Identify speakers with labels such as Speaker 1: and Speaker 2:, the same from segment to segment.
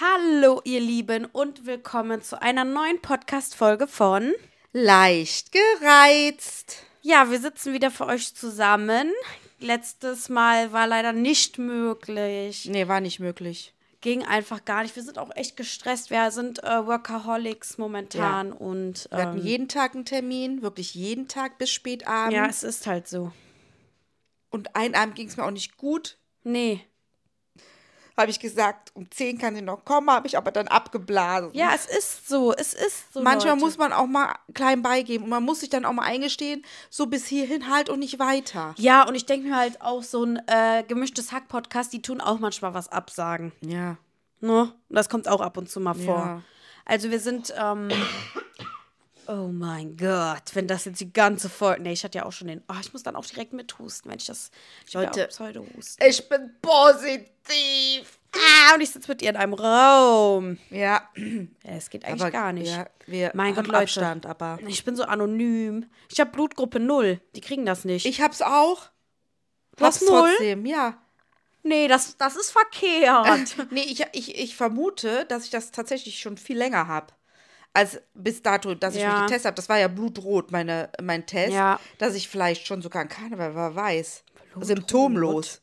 Speaker 1: Hallo, ihr Lieben, und willkommen zu einer neuen Podcast-Folge von.
Speaker 2: Leicht gereizt.
Speaker 1: Ja, wir sitzen wieder für euch zusammen. Letztes Mal war leider nicht möglich.
Speaker 2: Nee, war nicht möglich.
Speaker 1: Ging einfach gar nicht. Wir sind auch echt gestresst. Wir sind äh, Workaholics momentan und.
Speaker 2: Wir hatten
Speaker 1: Ähm,
Speaker 2: jeden Tag einen Termin, wirklich jeden Tag bis spät abends.
Speaker 1: ja, es ist halt so.
Speaker 2: Und einen Abend ging es mir auch nicht gut.
Speaker 1: Nee.
Speaker 2: Habe ich gesagt, um 10 kann sie noch kommen, habe ich aber dann abgeblasen.
Speaker 1: Ja, es ist so. Es ist so.
Speaker 2: Manchmal
Speaker 1: Leute.
Speaker 2: muss man auch mal klein beigeben und man muss sich dann auch mal eingestehen, so bis hierhin halt und nicht weiter.
Speaker 1: Ja, und ich denke mir halt auch, so ein äh, gemischtes Hack-Podcast, die tun auch manchmal was absagen.
Speaker 2: Ja.
Speaker 1: Ne? Das kommt auch ab und zu mal vor.
Speaker 2: Ja.
Speaker 1: Also wir sind, ähm, oh mein Gott, wenn das jetzt die ganze Folge, nee, ich hatte ja auch schon den, oh, ich muss dann auch direkt mit husten, wenn ich das, ich hab ja
Speaker 2: Leute.
Speaker 1: auch Pseudo-Husten.
Speaker 2: Ich bin positiv.
Speaker 1: Ah, und ich sitze mit ihr in einem Raum.
Speaker 2: Ja.
Speaker 1: Ja, Es geht eigentlich gar nicht.
Speaker 2: Ja, wir
Speaker 1: Mein
Speaker 2: mein
Speaker 1: Gott,
Speaker 2: Gott,
Speaker 1: Leute.
Speaker 2: Abstand, aber.
Speaker 1: Ich bin so anonym. Ich habe Blutgruppe 0. Die kriegen das nicht.
Speaker 2: Ich hab's auch.
Speaker 1: Du hast
Speaker 2: Hab's
Speaker 1: null?
Speaker 2: trotzdem, ja.
Speaker 1: nee, das, das ist verkehrt.
Speaker 2: Nee, ich, ich, ich vermute, dass ich das tatsächlich schon viel länger habe. Als bis dato, dass ich
Speaker 1: Ja.
Speaker 2: mich getestet habe. Das war ja blutrot, meine, mein Test.
Speaker 1: Ja.
Speaker 2: Dass ich vielleicht schon sogar an Karneval war, weiß. Symptomlos.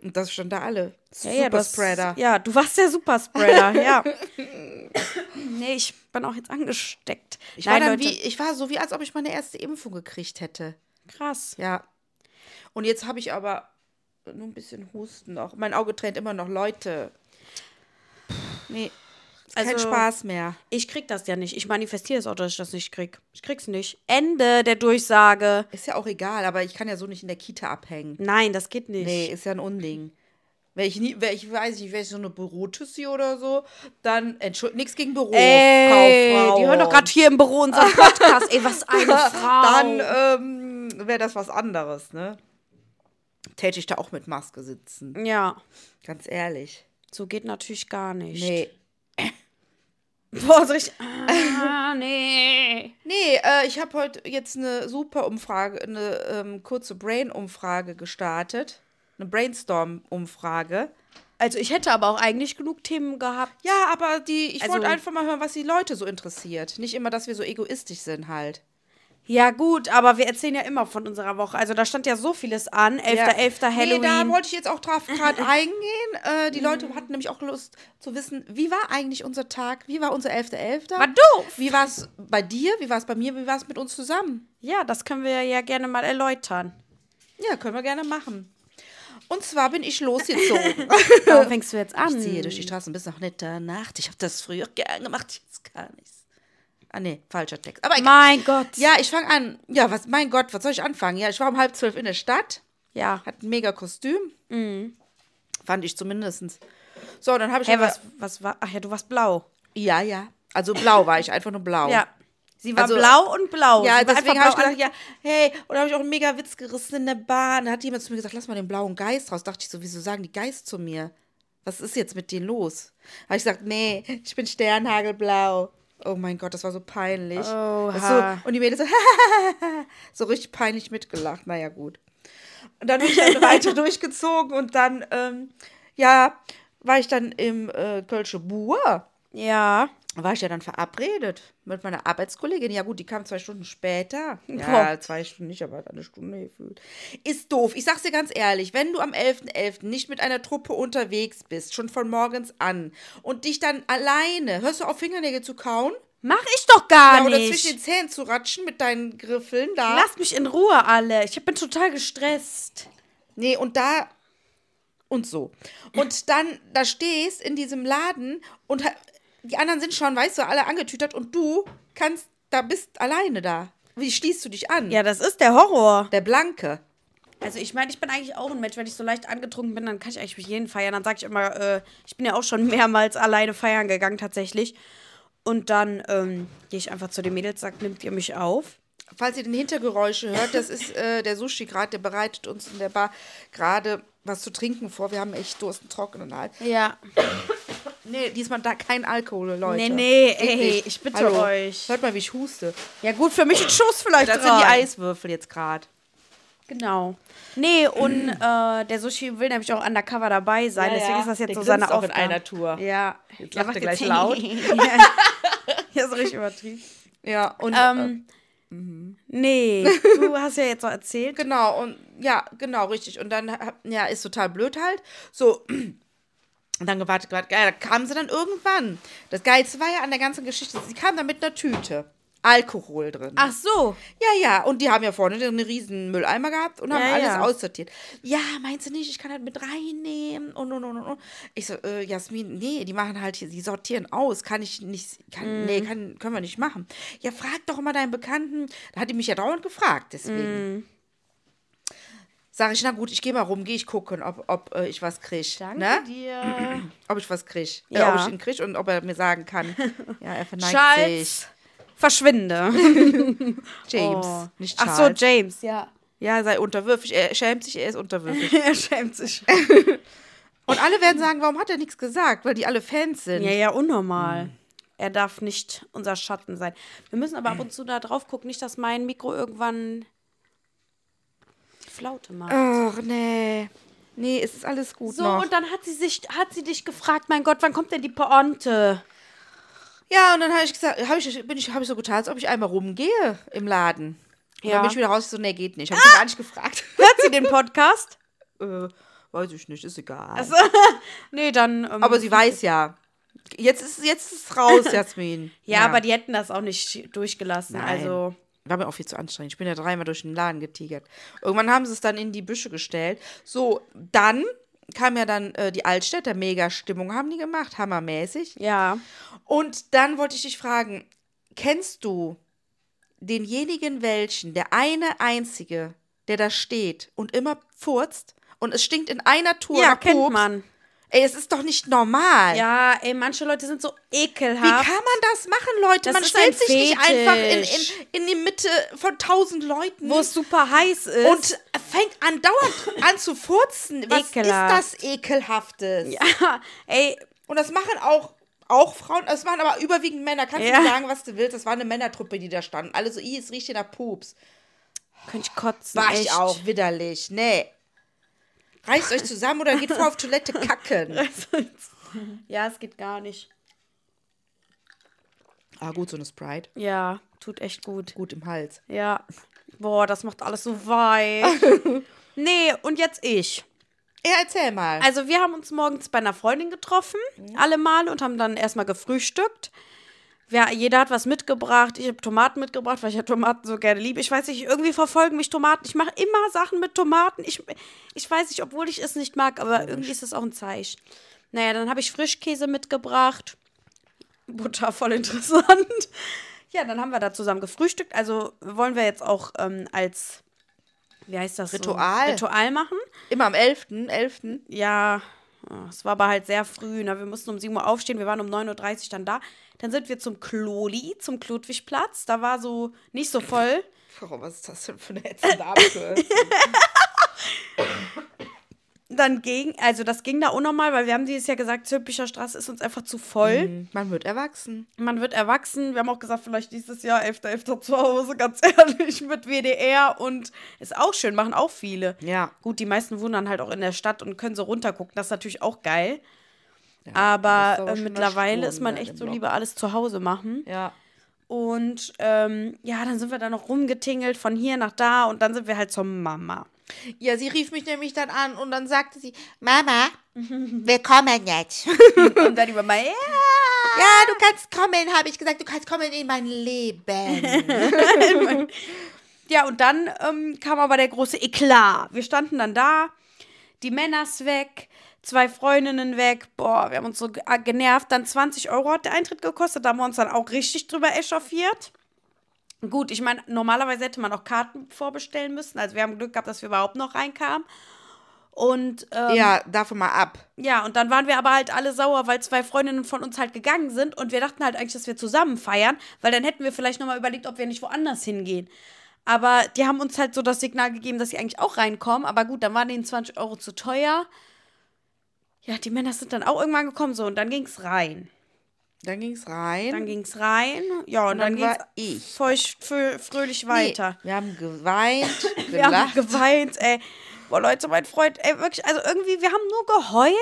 Speaker 2: Und das schon da alle.
Speaker 1: Ja,
Speaker 2: Super
Speaker 1: ja, das-
Speaker 2: Spreader.
Speaker 1: Ja, du warst der Superspreader, ja. nee, ich bin auch jetzt angesteckt.
Speaker 2: Ich,
Speaker 1: Nein,
Speaker 2: war dann
Speaker 1: Leute,
Speaker 2: wie, ich war so wie, als ob ich meine erste Impfung gekriegt hätte.
Speaker 1: krass.
Speaker 2: Ja. Und jetzt habe ich aber nur ein bisschen Husten noch. Mein Auge tränt immer noch Leute. Nee. Also, kein
Speaker 1: Also-
Speaker 2: Spaß mehr.
Speaker 1: Ich krieg das ja nicht. Ich manifestiere es auch, dass ich das nicht krieg. Ich krieg's nicht. Ende der Durchsage.
Speaker 2: Ist ja auch egal, aber ich kann ja so nicht in der Kita abhängen.
Speaker 1: Nein, das geht nicht.
Speaker 2: Nee, ist ja ein Unding. Wäre ich, nie, wär ich weiß nicht, wäre ich so eine Bürotussi oder so, dann entschuldigt nichts gegen Büro.
Speaker 1: Ey,
Speaker 2: Kauffrauen.
Speaker 1: die hören doch gerade hier im Büro unseren Podcast. Ey, was eine Frau.
Speaker 2: Dann ähm, wäre das was anderes, ne? Täte ich da auch mit Maske sitzen.
Speaker 1: ja,
Speaker 2: Ganz ehrlich.
Speaker 1: so geht natürlich gar nicht.
Speaker 2: Nee.
Speaker 1: Boah, so richtig. Ah, nee.
Speaker 2: Nee, äh, ich habe heute jetzt eine super Umfrage, eine ähm, kurze Brain-Umfrage gestartet. Eine Brainstorm-Umfrage.
Speaker 1: Also, ich hätte aber auch eigentlich genug Themen gehabt.
Speaker 2: Ja, aber die, ich
Speaker 1: Also-
Speaker 2: wollte einfach mal hören, was die Leute so interessiert. Nicht immer, dass wir so egoistisch sind halt.
Speaker 1: Ja, gut, aber wir erzählen ja immer von unserer Woche. Also, da stand ja so vieles an. 11.11. Halloween. Mhm.
Speaker 2: Nee, da wollte ich jetzt auch drauf gerade eingehen. Äh, die Leute hatten nämlich auch Lust zu wissen, wie war eigentlich unser Tag? Wie war unser 11.11.?
Speaker 1: War doof.
Speaker 2: Wie war es bei dir? Wie war es bei mir? Wie war es mit uns zusammen?
Speaker 1: ja, das können wir ja gerne mal erläutern.
Speaker 2: Ja, können wir gerne machen. Und zwar bin ich losgezogen.
Speaker 1: Warum fängst du jetzt an?
Speaker 2: ich ziehe durch die Straßen bis nach netter Nacht. Ich habe das früher gern gemacht, jetzt kann ich's. Ah nee, falscher Text. Aber egal.
Speaker 1: Mein Gott.
Speaker 2: Ja, ich fange an. Ja, was, mein Gott, was soll ich anfangen? Ja, ich war um halb zwölf in der Stadt.
Speaker 1: ja.
Speaker 2: Hat ein mega Kostüm. Fand ich zumindest. So, dann habe ich.
Speaker 1: Mhm. Hä,
Speaker 2: aber-
Speaker 1: was, was war? Ach ja, du warst blau.
Speaker 2: Ja, ja. Also blau war ich, einfach nur blau.
Speaker 1: Ja. Sie war
Speaker 2: Oh. Also-
Speaker 1: blau und blau.
Speaker 2: Ja,
Speaker 1: Sie war
Speaker 2: deswegen habe
Speaker 1: einfach blau
Speaker 2: ich gedacht, ja, hey, und da habe ich auch einen mega Witz gerissen in der Bahn. Da hat jemand zu mir gesagt, lass mal den blauen Geist raus. Dachte ich so, wieso sagen die Geist zu mir? Was ist jetzt mit denen los? Habe ich gesagt, nee, ich bin Sternhagelblau. Oh mein Gott, das war so peinlich.
Speaker 1: Oha.
Speaker 2: Das so, und die Mädels so, so richtig peinlich mitgelacht. Naja, gut. Und dann bin ich dann weiter durchgezogen und dann, ähm, ja, war ich dann im äh, Kölsche Buhr
Speaker 1: an. Ja.
Speaker 2: war ich ja dann verabredet mit meiner Arbeitskollegin. Ja gut, die kam zwei Stunden später. Ja,
Speaker 1: Boah.
Speaker 2: zwei Stunden nicht, aber eine Stunde gefühlt. Ist doof. Ich sag's dir ganz ehrlich, wenn du am 11.11. nicht mit einer Truppe unterwegs bist, schon von morgens an, und dich dann alleine, hörst du auf Fingernägel zu kauen?
Speaker 1: Mach ich doch gar
Speaker 2: Ja, oder zwischen
Speaker 1: nicht.
Speaker 2: den Zähnen zu ratschen mit deinen Griffeln da?
Speaker 1: Lass mich in Ruhe alle. Ich bin total gestresst.
Speaker 2: Nee, und da und so. Und dann da stehst in diesem Laden und ha- die anderen sind schon, weißt du, alle angetütert und du kannst, da bist alleine da. Wie schließt du dich an?
Speaker 1: Ja, das ist der Horror.
Speaker 2: Der Blanke.
Speaker 1: Also ich meine, ich bin eigentlich auch ein Mensch. Wenn ich so leicht angetrunken bin, dann kann ich eigentlich mit jedem feiern. Dann sage ich immer, äh, ich bin ja auch schon mehrmals alleine feiern gegangen tatsächlich. Und dann ähm, gehe ich einfach zu den Mädels, sag, nimmt ihr mich auf?
Speaker 2: Falls ihr den Hintergeräusche hört, das ist äh, der Sushi gerade, der bereitet uns in der Bar gerade was zu trinken vor. Wir haben echt Durst und trockenen Hals.
Speaker 1: Ja.
Speaker 2: Nee, diesmal da kein Alkohol, Leute.
Speaker 1: Nee, nee,
Speaker 2: Geht
Speaker 1: ey,
Speaker 2: nicht.
Speaker 1: ich bitte
Speaker 2: Hallo.
Speaker 1: euch.
Speaker 2: Hört mal, wie ich huste.
Speaker 1: Ja gut, für mich ein Schuss vielleicht
Speaker 2: Das sind
Speaker 1: dran.
Speaker 2: die Eiswürfel jetzt gerade.
Speaker 1: Genau. Nee, und äh, der Sushi will nämlich auch undercover dabei sein,
Speaker 2: Ja,
Speaker 1: deswegen
Speaker 2: ja,
Speaker 1: ist das jetzt
Speaker 2: der
Speaker 1: so seine
Speaker 2: grinst auch
Speaker 1: Aufgabe.
Speaker 2: in einer Tour.
Speaker 1: Ja.
Speaker 2: Jetzt
Speaker 1: Der
Speaker 2: lacht er
Speaker 1: macht jetzt-
Speaker 2: gleich laut.
Speaker 1: ja. ja, so richtig übertrieben.
Speaker 2: Ja, Mhm. und äh,
Speaker 1: Ähm, Nee, du hast ja jetzt so erzählt.
Speaker 2: genau, und ja, genau, richtig. Und dann, hab- ja, ist total blöd halt. So, und dann gewartet, gewartet, ja, da kamen sie dann irgendwann. Das Geilste war ja an der ganzen Geschichte, sie kamen dann mit einer Tüte. Alkohol drin.
Speaker 1: Ach so.
Speaker 2: Ja, ja, und die haben ja vorne den riesen Mülleimer gehabt und haben
Speaker 1: Ja,
Speaker 2: alles
Speaker 1: ja.
Speaker 2: aussortiert. Ja, meinst du nicht, ich kann halt mit reinnehmen und und und und. und. Ich so, äh, Jasmin, nee, die machen halt hier, die sortieren aus, kann ich nicht,
Speaker 1: Mhm.
Speaker 2: kann, nee, kann, können wir nicht machen. Ja, frag doch mal deinen Bekannten. Da hat die mich ja dauernd gefragt, deswegen.
Speaker 1: Mhm.
Speaker 2: Sag ich, na gut, ich gehe mal rum, gehe ich gucken, ob, ob äh, ich was krieg. ne?
Speaker 1: dir.
Speaker 2: Ob ich was krieg.
Speaker 1: Ja.
Speaker 2: Äh, ob ich ihn krieg und ob er mir sagen kann. ja, er verneigt sich.
Speaker 1: Charles, verschwinde.
Speaker 2: James,
Speaker 1: Oh.
Speaker 2: nicht Charles.
Speaker 1: Ach so, James, ja.
Speaker 2: Ja, sei unterwürfig. Er schämt sich, er ist unterwürfig.
Speaker 1: er schämt sich.
Speaker 2: Und alle werden sagen, warum hat er nichts gesagt? Weil die alle Fans sind.
Speaker 1: Ja, ja, unnormal.
Speaker 2: Mhm.
Speaker 1: Er darf nicht unser Schatten sein. Wir müssen aber ab und zu da drauf gucken, nicht, dass mein Mikro irgendwann die Flaute macht.
Speaker 2: Ach, nee. Nee, es ist alles gut
Speaker 1: so,
Speaker 2: noch.
Speaker 1: und dann hat sie, sich, hat sie dich gefragt, mein Gott, wann kommt denn die Pointe?
Speaker 2: ja, und dann habe ich gesagt, habe ich, bin ich, hab ich so getan, als ob ich einmal rumgehe im Laden. Und
Speaker 1: Ja.
Speaker 2: dann bin ich wieder raus, so, nee, geht nicht. Habe ich sie gar nicht gefragt.
Speaker 1: Hört sie den Podcast?
Speaker 2: äh, weiß ich nicht, ist egal.
Speaker 1: Nee, dann. Ähm,
Speaker 2: aber sie weiß ja. Jetzt ist, jetzt ist es raus, Jasmin.
Speaker 1: ja, aber die hätten das auch nicht durchgelassen.
Speaker 2: Nein.
Speaker 1: Also.
Speaker 2: War mir auch viel zu anstrengend. Ich bin ja dreimal durch den Laden getigert. Irgendwann haben sie es dann in die Büsche gestellt. So, dann kam ja dann äh, die Altstädter. Mega Stimmung haben die gemacht. Hammermäßig.
Speaker 1: Ja.
Speaker 2: Und dann wollte ich dich fragen, kennst du denjenigen welchen, der eine einzige, der da steht und immer furzt und es stinkt in einer Tour
Speaker 1: Ja,
Speaker 2: nach
Speaker 1: kennt
Speaker 2: Koks?
Speaker 1: man.
Speaker 2: Ey, es ist doch nicht normal.
Speaker 1: Ja, ey, manche Leute sind so
Speaker 2: Wie
Speaker 1: ekelhaft.
Speaker 2: kann man das machen, Leute?
Speaker 1: Das
Speaker 2: man
Speaker 1: ist
Speaker 2: stellt
Speaker 1: ein
Speaker 2: sich nicht einfach in,
Speaker 1: Fetisch.
Speaker 2: in, in die Mitte von tausend Leuten.
Speaker 1: Wo es super heiß ist.
Speaker 2: und fängt andauernd an zu furzen. Was
Speaker 1: Ekelhaft.
Speaker 2: ist das Ekelhaftes?
Speaker 1: ey,
Speaker 2: Und das machen auch, auch Frauen, das machen aber überwiegend Männer. Kannst
Speaker 1: Ja.
Speaker 2: du sagen, was du willst? Das war eine Männertruppe, die da standen. Alle so, "Ih, es riecht hier nach Pups.
Speaker 1: könnte ich kotzen.
Speaker 2: War ich
Speaker 1: echt.
Speaker 2: auch, widerlich. Nee. Reißt euch zusammen oder geht vor auf Toilette kacken.
Speaker 1: ja, es geht gar nicht.
Speaker 2: Ah, gut, so eine Sprite.
Speaker 1: Ja, tut echt gut.
Speaker 2: Gut im Hals.
Speaker 1: Ja. Boah, das macht alles so weich. nee, und jetzt ich.
Speaker 2: Ja, erzähl mal.
Speaker 1: Also wir haben uns morgens bei einer Freundin getroffen, alle mal, und haben dann erstmal gefrühstückt. Ja, jeder hat was mitgebracht. Ich habe Tomaten mitgebracht, weil ich ja Tomaten so gerne liebe. Ich weiß nicht, irgendwie verfolgen mich Tomaten. Ich mache immer Sachen mit Tomaten. Ich, ich weiß nicht, obwohl ich es nicht mag, aber irgendwie ist das auch ein Zeichen. Naja, dann habe ich Frischkäse mitgebracht. Butter, voll interessant. Ja, dann haben wir da zusammen gefrühstückt. Also wollen wir jetzt auch ähm, als, wie heißt das? so?
Speaker 2: Ritual.
Speaker 1: Ritual machen.
Speaker 2: Immer am 11. 11.
Speaker 1: Ja, oh, es war aber halt sehr früh. Ne? Wir mussten um 7 Uhr aufstehen. Wir waren um 9.30 Uhr dann da. Dann sind wir zum Kloli, zum Klodwigplatz. Da war so nicht so voll.
Speaker 2: Boah, was ist das denn für eine ätzende Abkürzung?
Speaker 1: Dann ging, also das ging da unnormal, weil wir haben dieses Jahr gesagt, Zülpicher Straße ist uns einfach zu voll.
Speaker 2: Man wird erwachsen.
Speaker 1: Man wird erwachsen. Wir haben auch gesagt, vielleicht dieses Jahr 11.11. zu Hause, ganz ehrlich, mit WDR. Und ist auch schön, machen auch viele.
Speaker 2: Ja.
Speaker 1: Gut, die meisten wohnen dann halt auch in der Stadt und können so runtergucken. Das ist natürlich auch geil.
Speaker 2: ist
Speaker 1: aber
Speaker 2: aber
Speaker 1: äh,
Speaker 2: schon was
Speaker 1: mittlerweile
Speaker 2: Sturm
Speaker 1: ist man
Speaker 2: da
Speaker 1: echt
Speaker 2: im
Speaker 1: so
Speaker 2: Block.
Speaker 1: lieber alles zu Hause machen.
Speaker 2: Ja.
Speaker 1: Und ähm, ja, dann sind wir da noch rumgetingelt von hier nach da und dann sind wir halt zur Mama.
Speaker 2: Ja, sie rief mich nämlich dann an und dann sagte sie, Mama, wir kommen jetzt.
Speaker 1: Und dann die Mama, ja.
Speaker 2: Ja, du kannst kommen, habe ich gesagt, du kannst kommen in mein
Speaker 1: Ähm.
Speaker 2: Leben.
Speaker 1: Ja, und dann ähm, kam aber der große Eklat. Wir standen dann da, die Männers weg, zwei Freundinnen weg. Boah, wir haben uns so ge- ah, genervt. Dann 20 Euro hat der Eintritt gekostet. Da haben wir uns dann auch richtig drüber echauffiert. Gut, ich meine, normalerweise hätte man auch Karten vorbestellen müssen. Also wir haben Glück gehabt, dass wir überhaupt noch reinkamen. Und ähm,
Speaker 2: Ja, davon mal ab.
Speaker 1: Ja, und dann waren wir aber halt alle sauer, weil zwei Freundinnen von uns halt gegangen sind und wir dachten halt eigentlich, dass wir zusammen feiern, weil dann hätten wir vielleicht nochmal überlegt, ob wir nicht woanders hingehen. Aber die haben uns halt so das Signal gegeben, dass sie eigentlich auch reinkommen. Aber gut, dann waren denen 20 Euro zu teuer. Ja, die Männer sind dann auch irgendwann gekommen so und dann ging's rein.
Speaker 2: Dann ging's rein.
Speaker 1: Dann ging's rein. Ja, und
Speaker 2: dann
Speaker 1: dann,
Speaker 2: war
Speaker 1: ging's
Speaker 2: ich.
Speaker 1: feucht frö- fröhlich weiter.
Speaker 2: Nee, wir haben geweint, gelacht.
Speaker 1: Wir haben geweint, ey. Boah, Leute, mein Freund, ey, wirklich, also irgendwie, wir haben nur geheult,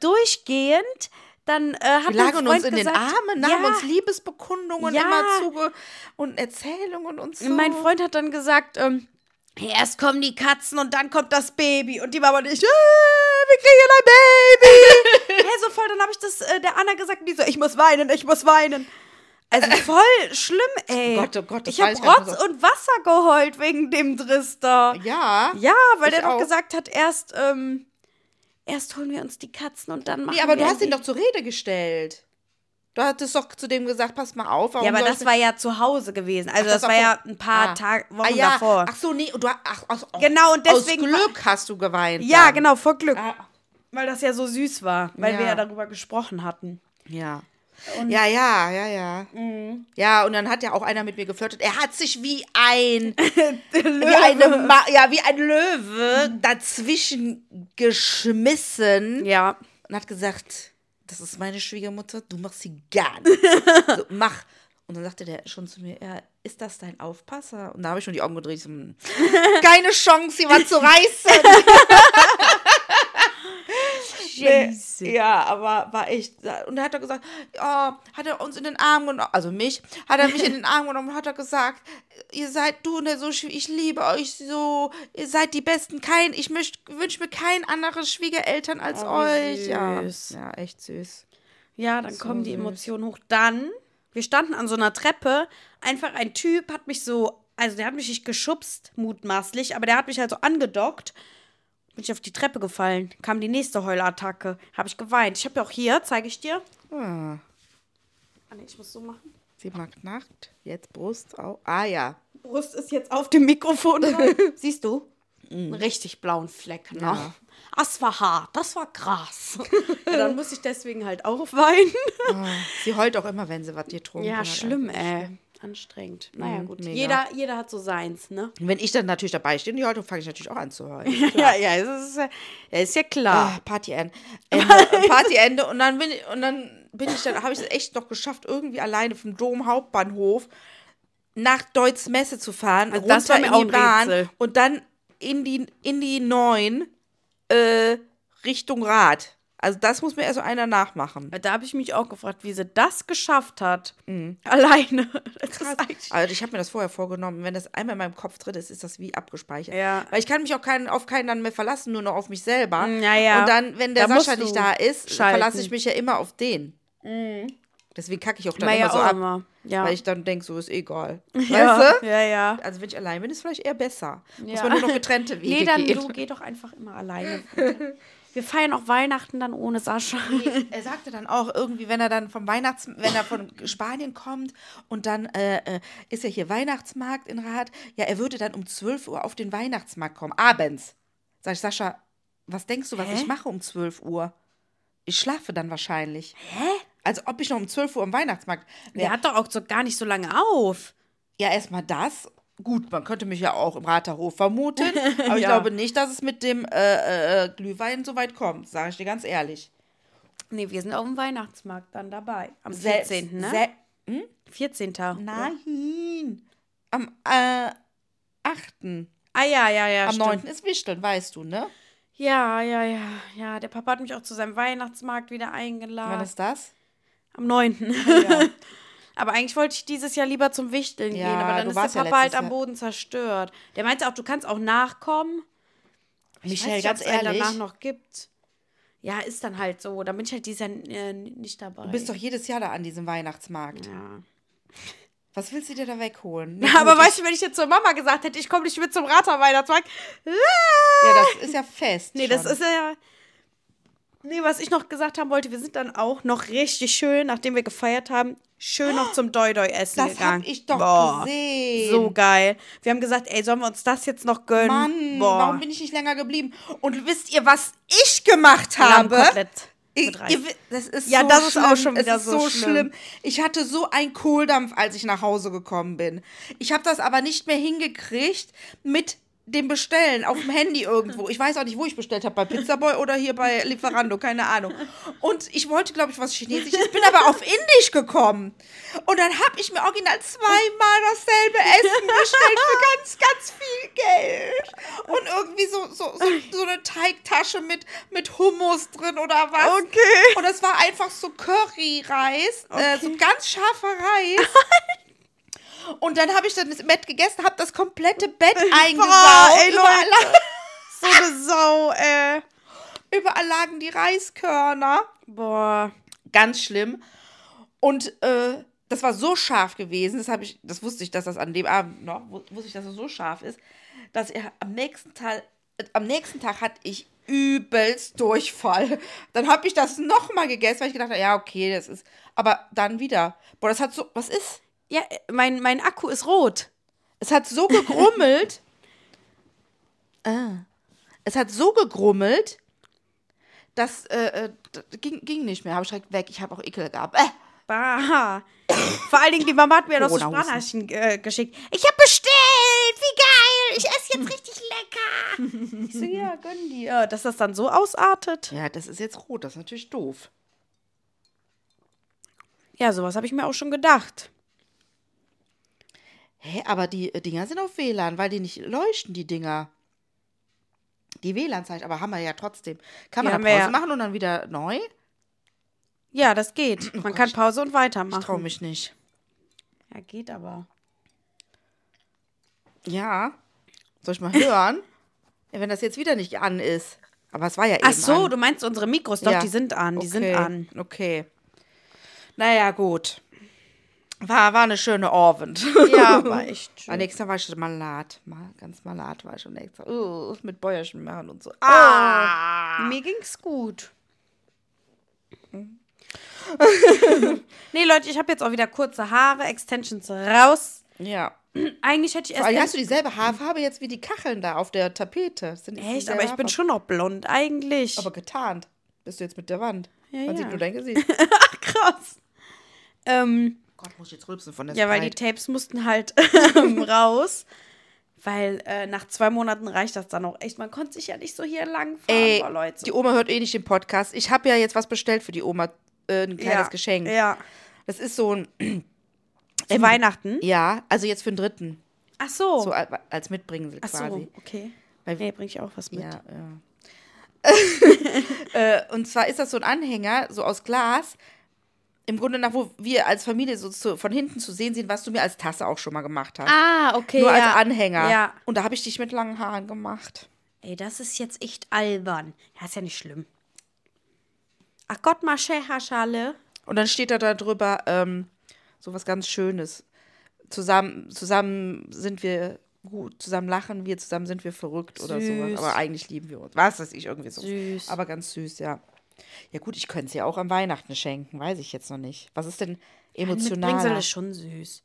Speaker 1: durchgehend. Dann äh, hat
Speaker 2: wir
Speaker 1: mein
Speaker 2: lagen
Speaker 1: Freund
Speaker 2: uns in den
Speaker 1: gesagt,
Speaker 2: Armen,
Speaker 1: ja,
Speaker 2: nahmen uns Liebesbekundungen
Speaker 1: Ja.
Speaker 2: immer zuge und Erzählungen und so.
Speaker 1: Mein Freund hat dann gesagt, ähm, erst kommen die Katzen und dann kommt das Baby. Und die Mama und ich, äh, wir kriegen ein Baby. hey, so voll, dann habe ich das äh, der Anna gesagt, und die so, ich muss weinen, ich muss weinen. Also voll schlimm, ey.
Speaker 2: Gott, oh Gott, das
Speaker 1: ich habe
Speaker 2: weiß ich gar nicht,
Speaker 1: Rotz
Speaker 2: was-
Speaker 1: und Wasser geheult wegen dem Drister.
Speaker 2: Ja.
Speaker 1: Ja, weil
Speaker 2: Ich
Speaker 1: der doch
Speaker 2: auch.
Speaker 1: gesagt hat, erst, ähm, erst holen wir uns die Katzen und dann machen
Speaker 2: Nee, aber
Speaker 1: wir
Speaker 2: du hast
Speaker 1: die-
Speaker 2: ihn doch zur Rede gestellt. Du hattest doch zu dem gesagt, pass mal auf. Warum
Speaker 1: Ja, aber
Speaker 2: soll
Speaker 1: das
Speaker 2: ich-
Speaker 1: war ja zu Hause gewesen. Also
Speaker 2: Ach,
Speaker 1: das, war ja
Speaker 2: vor-
Speaker 1: ein paar
Speaker 2: Ah.
Speaker 1: Tage, Wochen
Speaker 2: ah, ja.
Speaker 1: davor.
Speaker 2: Ach so, nee, du ach, aus, aus,
Speaker 1: Genau, und deswegen
Speaker 2: aus Glück hast du geweint.
Speaker 1: ja,
Speaker 2: dann.
Speaker 1: genau, vor Glück.
Speaker 2: Ah,
Speaker 1: Weil das ja so süß war, weil wir
Speaker 2: Ja.
Speaker 1: ja darüber gesprochen hatten.
Speaker 2: ja. ja, ja, ja, ja.
Speaker 1: Mhm.
Speaker 2: Ja, und dann hat ja auch einer mit mir geflirtet. Er hat sich wie ein wie eine Ma ja, wie ein Löwe dazwischen geschmissen
Speaker 1: Ja.
Speaker 2: und hat gesagt, das ist meine Schwiegermutter, du machst sie gar nicht. so, mach. Und dann sagte der schon zu mir, ja, ist das dein Aufpasser? Und da habe ich schon die Augen gedreht. So, hm, keine Chance, jemand zu reißen.
Speaker 1: Äh, Scheiße.
Speaker 2: Ja, aber war echt. Und er hat er gesagt, ja, hat er uns in den Arm genommen, also mich, hat er mich in den Arm genommen und hat er gesagt, ihr seid du und der so, ich liebe euch so, ihr seid die Besten, kein, ich wünsche mir kein anderes Schwiegereltern als
Speaker 1: Ah, wie
Speaker 2: euch. Ja.
Speaker 1: süß.
Speaker 2: ja, echt süß.
Speaker 1: Ja, dann kommen die
Speaker 2: süß.
Speaker 1: Emotionen hoch. Dann, wir standen an so einer Treppe, einfach ein Typ hat mich so, also der hat mich nicht geschubst, mutmaßlich, aber der hat mich halt so angedockt. Bin ich auf die Treppe gefallen, kam die nächste Heulattacke, habe ich geweint. Ich habe ja auch hier, zeige ich dir.
Speaker 2: Ah,
Speaker 1: Ah, nee, ich muss so machen.
Speaker 2: sie mag Nacht, jetzt Brust auch. Ah ja.
Speaker 1: Brust ist jetzt auf dem Mikrofon. Mhm. dran. Siehst du? Einen richtig blauen Fleck. Ne?
Speaker 2: Ja.
Speaker 1: Das war hart, das war krass. ja, dann muss ich deswegen halt auch weinen.
Speaker 2: Ah, sie heult auch immer, wenn sie was getrunken
Speaker 1: Ja,
Speaker 2: hat.
Speaker 1: schlimm, ey. Anstrengend. Naja,
Speaker 2: Mhm,
Speaker 1: gut.
Speaker 2: mega.
Speaker 1: Jeder, jeder hat so seins, ne?
Speaker 2: Und wenn ich dann natürlich dabei stehe und die heult, fange ich natürlich auch an zu heulen.
Speaker 1: Ja, ja, es ist, ja- ja, ist ja klar.
Speaker 2: Ah, Partyende. Ende, Partyende. Und dann bin ich, und dann bin ich dann, habe ich es echt noch geschafft, irgendwie alleine vom Dom Hauptbahnhof nach Deutz Messe zu fahren.
Speaker 1: Also das war mir auch ein Rätsel.
Speaker 2: und dann in die, in die neun äh, Richtung Rad. Also das muss mir also einer nachmachen.
Speaker 1: Da habe ich mich auch gefragt, wie sie das geschafft hat. Alleine. Das ist eigentlich-
Speaker 2: Also ich habe mir das vorher vorgenommen. Wenn das einmal in meinem Kopf drin ist, ist das wie abgespeichert.
Speaker 1: Ja.
Speaker 2: Weil ich kann mich auch keinen, auf keinen dann mehr verlassen, nur noch auf mich selber.
Speaker 1: Mm, Ja, ja.
Speaker 2: Und dann, wenn der
Speaker 1: Da musst
Speaker 2: Sascha
Speaker 1: du
Speaker 2: nicht da ist,
Speaker 1: schalten. Mm.
Speaker 2: verlasse ich mich ja immer auf den. Deswegen kacke ich auch dann
Speaker 1: War
Speaker 2: immer
Speaker 1: ja
Speaker 2: so
Speaker 1: auch
Speaker 2: ab.
Speaker 1: immer. oh, Ja.
Speaker 2: Weil ich dann denke, so ist egal.
Speaker 1: ja.
Speaker 2: Weißt du?
Speaker 1: Ja, ja.
Speaker 2: Also wenn ich allein bin, ist vielleicht eher besser. Muss
Speaker 1: Ja.
Speaker 2: man nur noch getrennte Wege
Speaker 1: Nee, dann
Speaker 2: gehen.
Speaker 1: du geh doch einfach immer alleine. Wir feiern auch Weihnachten dann ohne Sascha.
Speaker 2: er sagte dann auch irgendwie, wenn er dann vom Weihnachts, wenn er von Spanien kommt und dann äh, äh, ist ja hier Weihnachtsmarkt in Rahat, ja, er würde dann um 12 Uhr auf den Weihnachtsmarkt kommen, abends. Sag ich, Sascha, was denkst du, was
Speaker 1: Hä?
Speaker 2: ich mache um 12 Uhr? Ich schlafe dann wahrscheinlich. Hä? Also ob ich noch um 12 Uhr am Weihnachtsmarkt.
Speaker 1: Der
Speaker 2: Ja,
Speaker 1: hat doch auch so gar nicht so lange auf.
Speaker 2: ja erstmal das. Gut, man könnte mich ja auch im Ratterhof vermuten, aber ich
Speaker 1: Ja.
Speaker 2: glaube nicht, dass es mit dem äh, äh, äh, Glühwein so weit kommt, sage ich dir ganz ehrlich.
Speaker 1: Nee, wir sind auf dem Weihnachtsmarkt dann dabei. Am
Speaker 2: Selbst-
Speaker 1: 14. Ne?
Speaker 2: sel-
Speaker 1: 14. oder?
Speaker 2: Nein. Am äh, 8.
Speaker 1: Ah ja, ja, ja.
Speaker 2: Am
Speaker 1: stimmt.
Speaker 2: 9. ist Wichteln, weißt du, ne?
Speaker 1: Ja, ja, ja. Ja, der Papa hat mich auch zu seinem Weihnachtsmarkt wieder
Speaker 2: Wann
Speaker 1: eingeladen.
Speaker 2: ist das?
Speaker 1: Am 9.
Speaker 2: Ja.
Speaker 1: aber eigentlich wollte ich dieses Jahr lieber zum Wichteln
Speaker 2: Ja,
Speaker 1: gehen, aber
Speaker 2: du
Speaker 1: dann ist
Speaker 2: warst ja
Speaker 1: der Papa halt
Speaker 2: letztes
Speaker 1: am
Speaker 2: Jahr-
Speaker 1: Boden zerstört. Der meinte auch, du kannst auch nachkommen. Ich weiß
Speaker 2: Michelle,
Speaker 1: nicht,
Speaker 2: ganz
Speaker 1: ob's einen
Speaker 2: ehrlich,
Speaker 1: danach noch gibt. Ja, ist dann halt so. Dann bin ich halt dieses Jahr äh, nicht dabei.
Speaker 2: du bist doch jedes Jahr da an diesem Weihnachtsmarkt.
Speaker 1: Ja.
Speaker 2: Was willst du dir da wegholen?
Speaker 1: Ja, aber weißt du, wenn ich jetzt zur Mama gesagt hätte, ich komme nicht mit zum Raterweihnachtsmarkt.
Speaker 2: ja, das ist ja fest.
Speaker 1: Nee, das
Speaker 2: schon.
Speaker 1: ist ja. Nee, was ich noch gesagt haben wollte, wir sind dann auch noch richtig schön, nachdem wir gefeiert haben, schön noch zum Doi-Doi essen
Speaker 2: Das
Speaker 1: gegangen.
Speaker 2: hab ich doch
Speaker 1: Boah,
Speaker 2: gesehen.
Speaker 1: So geil. Wir haben gesagt, ey, sollen wir uns das jetzt noch gönnen?
Speaker 2: Mann,
Speaker 1: Boah.
Speaker 2: warum bin ich nicht länger geblieben? Und wisst ihr, was ich gemacht habe?
Speaker 1: Lammkotelett
Speaker 2: Ich,
Speaker 1: mit Reis.
Speaker 2: ihr, wi- das ist
Speaker 1: Ja,
Speaker 2: so
Speaker 1: das ist
Speaker 2: schlimm.
Speaker 1: auch schon wieder
Speaker 2: es ist
Speaker 1: so
Speaker 2: schlimm.
Speaker 1: schlimm.
Speaker 2: Ich hatte so einen Kohldampf, als ich nach Hause gekommen bin. Ich habe das aber nicht mehr hingekriegt mit dem bestellen auf dem Handy irgendwo. Ich weiß auch nicht, wo ich bestellt habe, bei Pizzaboy oder hier bei Lieferando, keine Ahnung. Und ich wollte, glaube ich, was Chinesisches, bin aber auf Indisch gekommen. Und dann habe ich mir original zweimal dasselbe Essen bestellt für ganz, ganz viel Geld. Und irgendwie so, so, so, so eine Teigtasche mit, mit Hummus drin oder was.
Speaker 1: Okay.
Speaker 2: Und es war einfach so Curry-Reis, äh, so ganz scharfer Reis. Und dann habe ich dann das Bett gegessen, habe das komplette Bett eingesaugt.
Speaker 1: ey,
Speaker 2: überall,
Speaker 1: So eine Sau, äh. ey.
Speaker 2: überall lagen die Reiskörner.
Speaker 1: Boah.
Speaker 2: Ganz schlimm. Und äh, das war so scharf gewesen, das, hab ich, das wusste ich, dass das an dem Abend noch, wu- wusste ich, dass das so scharf ist, dass er am nächsten Tag, äh, am nächsten Tag hatte ich übelst Durchfall. Dann habe ich das nochmal gegessen, weil ich gedacht habe, ja, okay, das ist, aber dann wieder. Boah, das hat so, was ist?
Speaker 1: Ja, äh, mein, mein Akku ist rot.
Speaker 2: Es hat so gegrummelt. ah. Es hat so gegrummelt, dass äh, äh, d- ging, ging nicht mehr. Habe ich direkt weg. Ich habe auch Ekel gehabt. Äh.
Speaker 1: Bah. Vor allen Dingen, die Mama hat mir noch so
Speaker 2: Corona-Husten.
Speaker 1: Sprachnachrichten äh, geschickt. Ich hab bestellt! Wie geil! Ich
Speaker 2: Hm.
Speaker 1: esse jetzt richtig lecker!
Speaker 2: Ich so, ja,
Speaker 1: Mhm.
Speaker 2: gönn dir.
Speaker 1: Ja, dass das dann so ausartet.
Speaker 2: Ja, das ist jetzt rot. Das ist natürlich doof.
Speaker 1: Ja, sowas habe ich mir auch schon gedacht.
Speaker 2: Hä, aber die äh, Dinger sind auf WLAN, weil die nicht leuchten, die Dinger. Die WLAN-Zeichen, aber haben wir ja trotzdem. Kann
Speaker 1: Ja,
Speaker 2: man da
Speaker 1: haben wir
Speaker 2: Pause
Speaker 1: ja.
Speaker 2: machen und dann wieder neu?
Speaker 1: Ja, das geht. Man kann Pause und
Speaker 2: Ich traue
Speaker 1: weitermachen.
Speaker 2: mich nicht.
Speaker 1: Ja, geht aber.
Speaker 2: Ja. Soll ich mal hören? Ja, Wenn das jetzt wieder nicht an ist. Aber es war ja eben
Speaker 1: Ach so,
Speaker 2: an.
Speaker 1: du meinst unsere Mikros? Doch,
Speaker 2: Ja.
Speaker 1: die sind an. Die sind
Speaker 2: Okay,
Speaker 1: an.
Speaker 2: Okay. Naja, gut. War, war eine schöne Abend.
Speaker 1: Ja, war echt
Speaker 2: Am
Speaker 1: schön.
Speaker 2: nächsten Tag war ich schon malat. Mal, ganz malat war ich schon extra. Uh, mit Bäuerchen machen und so.
Speaker 1: Ah!
Speaker 2: Ah!
Speaker 1: Mir ging's gut. nee, Leute, ich habe jetzt auch wieder kurze Haare, Extensions raus.
Speaker 2: Ja.
Speaker 1: Eigentlich hätte ich
Speaker 2: Aber hast
Speaker 1: erst.
Speaker 2: du dieselbe Haarfarbe jetzt wie die Kacheln da auf der Tapete? Das Sind jetzt
Speaker 1: Echt,
Speaker 2: dieselbe
Speaker 1: aber ich bin
Speaker 2: Haarfarbe.
Speaker 1: schon noch blond, eigentlich.
Speaker 2: Aber getarnt. Bist du jetzt mit der Wand?
Speaker 1: Ja,
Speaker 2: Man
Speaker 1: ja.
Speaker 2: sieht nur dein Gesicht.
Speaker 1: krass. Ähm,
Speaker 2: Oh Gott, muss ich jetzt rülpsen von der
Speaker 1: ja, weil die
Speaker 2: Sprite.
Speaker 1: Tapes mussten halt ähm, raus. Weil äh, nach zwei Monaten reicht das dann auch echt. Man konnte sich ja nicht so hier lang fahren,
Speaker 2: Ey,
Speaker 1: boah, Leute.
Speaker 2: die Oma hört eh nicht den Podcast. Ich habe ja jetzt was bestellt für die Oma. Äh, ein kleines
Speaker 1: ja.
Speaker 2: Geschenk.
Speaker 1: Ja.
Speaker 2: Das ist so ein.
Speaker 1: Zu Weihnachten?
Speaker 2: Ja, also jetzt für den dritten.
Speaker 1: Ach so.
Speaker 2: So al- als Mitbringsel
Speaker 1: Oh. Ach so,
Speaker 2: quasi.
Speaker 1: okay.
Speaker 2: Weil-
Speaker 1: Nee, bring ich auch was mit.
Speaker 2: Ja, ja. äh, und zwar ist das so ein Anhänger, so aus Glas. Im Grunde nach, wo wir als Familie so zu, von hinten zu sehen sind, was du mir als Tasse auch schon mal gemacht hast.
Speaker 1: Ah, okay.
Speaker 2: Nur
Speaker 1: ja.
Speaker 2: als Anhänger.
Speaker 1: Ja.
Speaker 2: Und da habe ich dich mit langen Haaren gemacht.
Speaker 1: Ey, das ist jetzt echt albern. Ja, ist ja nicht schlimm. Ach Gott, Maschehaschale.
Speaker 2: Und dann steht da darüber ähm, so was ganz Schönes. Zusammen, zusammen sind wir gut, zusammen lachen wir, zusammen sind wir verrückt oder
Speaker 1: Süß.
Speaker 2: sowas. Aber eigentlich lieben wir uns. Was weiß ich, irgendwie so.
Speaker 1: Süß.
Speaker 2: Aber ganz süß, ja. Ja gut, ich könnte es ja auch an Weihnachten schenken, weiß ich jetzt noch nicht. Was ist denn
Speaker 1: Mitbringsel
Speaker 2: emotional?
Speaker 1: ist schon süß.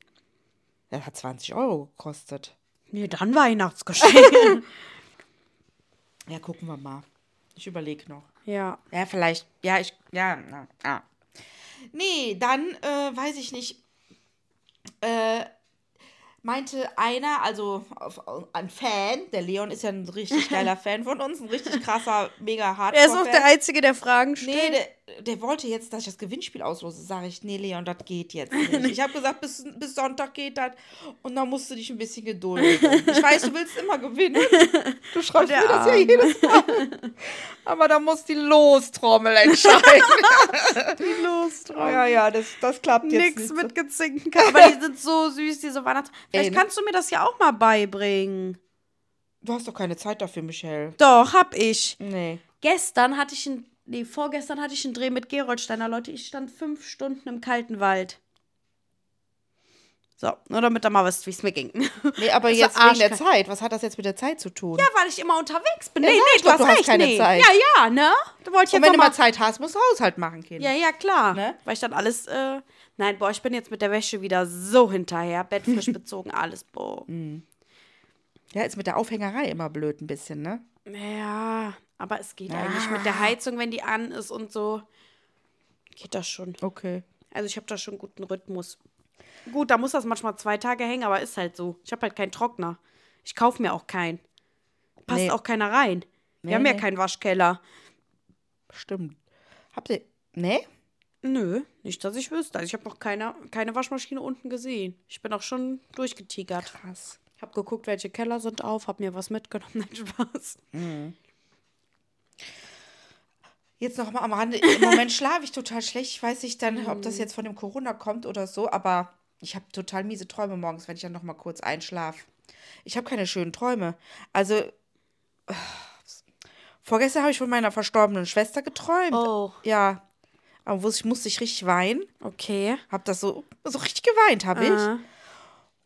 Speaker 2: Das hat 20 Euro gekostet.
Speaker 1: Nee, dann Weihnachtsgeschenk.
Speaker 2: Ja, gucken wir mal. Ich überlege noch.
Speaker 1: ja.
Speaker 2: Ja, vielleicht. Ja, ich. Ja, na, ah. Nee, dann äh, weiß ich nicht. Äh, meinte einer, also auf, ein Fan, der Leon ist ja ein richtig geiler Fan von uns, ein richtig krasser, mega hardcore
Speaker 1: Er ist auch der Einzige, der Fragen
Speaker 2: Nee,
Speaker 1: stellt.
Speaker 2: der, der wollte jetzt, dass ich das Gewinnspiel auslose. Sage ich, nee, Leon, das geht jetzt nicht. Ich habe gesagt, bis, bis Sonntag geht das. Und dann musst du dich ein bisschen gedulden. Ich weiß, du willst immer gewinnen. Du schreibst
Speaker 1: Der
Speaker 2: mir das ja
Speaker 1: Arme.
Speaker 2: jedes Mal. Aber da muss die Lostrommel entscheiden.
Speaker 1: Nee, los
Speaker 2: Oh ja, ja, das, das klappt jetzt
Speaker 1: Nix
Speaker 2: nicht.
Speaker 1: mit gezinken kann. Aber die sind so süß, diese Weihnachts... Vielleicht
Speaker 2: ne?
Speaker 1: kannst du mir das ja auch mal beibringen.
Speaker 2: Du hast doch keine Zeit dafür, Michelle.
Speaker 1: Doch, hab ich.
Speaker 2: Nee.
Speaker 1: Gestern hatte ich einen... Nee, vorgestern hatte ich einen Dreh mit Gerold Steiner, Leute. Ich stand fünf Stunden im kalten Wald. So, nur damit ihr mal wisst, wie es mir ging. Ja,
Speaker 2: Nee, aber
Speaker 1: Das war
Speaker 2: jetzt wegen der
Speaker 1: arschkalt.
Speaker 2: Zeit. Was hat das jetzt mit der Zeit zu tun?
Speaker 1: weil ich immer unterwegs bin.
Speaker 2: Ja,
Speaker 1: nee,
Speaker 2: sag
Speaker 1: nee,
Speaker 2: ich
Speaker 1: du
Speaker 2: doch,
Speaker 1: hast
Speaker 2: du hast
Speaker 1: recht.
Speaker 2: keine
Speaker 1: nee.
Speaker 2: Zeit.
Speaker 1: Ja, ja, ne? Du wolltest
Speaker 2: Und
Speaker 1: jetzt
Speaker 2: wenn
Speaker 1: noch
Speaker 2: du
Speaker 1: mal
Speaker 2: mal Zeit hast, musst du Haushalt machen, Kind.
Speaker 1: Ja, ja, klar.
Speaker 2: Ne?
Speaker 1: Weil ich dann alles. Äh, nein, boah, ich bin jetzt mit der Wäsche wieder so hinterher. Bett frisch bezogen, alles, boah.
Speaker 2: ja, ist mit der Aufhängerei immer blöd ein bisschen, ne?
Speaker 1: Ja, aber es geht eigentlich mit
Speaker 2: Ah.
Speaker 1: der Heizung, wenn die an ist und so. Geht das schon.
Speaker 2: Okay.
Speaker 1: Also, ich habe da schon guten Rhythmus. Gut, da muss das manchmal zwei Tage hängen, aber ist halt so. Ich habe halt keinen Trockner. Ich kaufe mir auch keinen. passt
Speaker 2: Nee.
Speaker 1: auch keiner rein. Wir
Speaker 2: Nee,
Speaker 1: haben ja
Speaker 2: nee.
Speaker 1: keinen Waschkeller.
Speaker 2: Stimmt. Habt ihr. ne? Nee?
Speaker 1: Nö, nicht, dass ich wüsste. Also ich habe noch keine, keine Waschmaschine unten gesehen. Ich bin auch schon durchgetigert.
Speaker 2: Krass.
Speaker 1: Ich habe geguckt, welche Keller sind auf, habe mir was mitgenommen. Nein, Spaß.
Speaker 2: Jetzt noch mal am Rande. Im Moment schlafe ich total schlecht. Ich weiß nicht dann, ob
Speaker 1: Mm.
Speaker 2: das jetzt von dem Corona kommt oder so, aber ich habe total miese Träume morgens, wenn ich dann noch mal kurz einschlafe. Ich habe keine schönen Träume. Also, äh, vorgestern habe ich von meiner verstorbenen Schwester geträumt.
Speaker 1: Oh.
Speaker 2: Ja. Aber wusste ich musste ich richtig weinen.
Speaker 1: Okay.
Speaker 2: Habe das so, so richtig geweint, habe ich.
Speaker 1: Ah.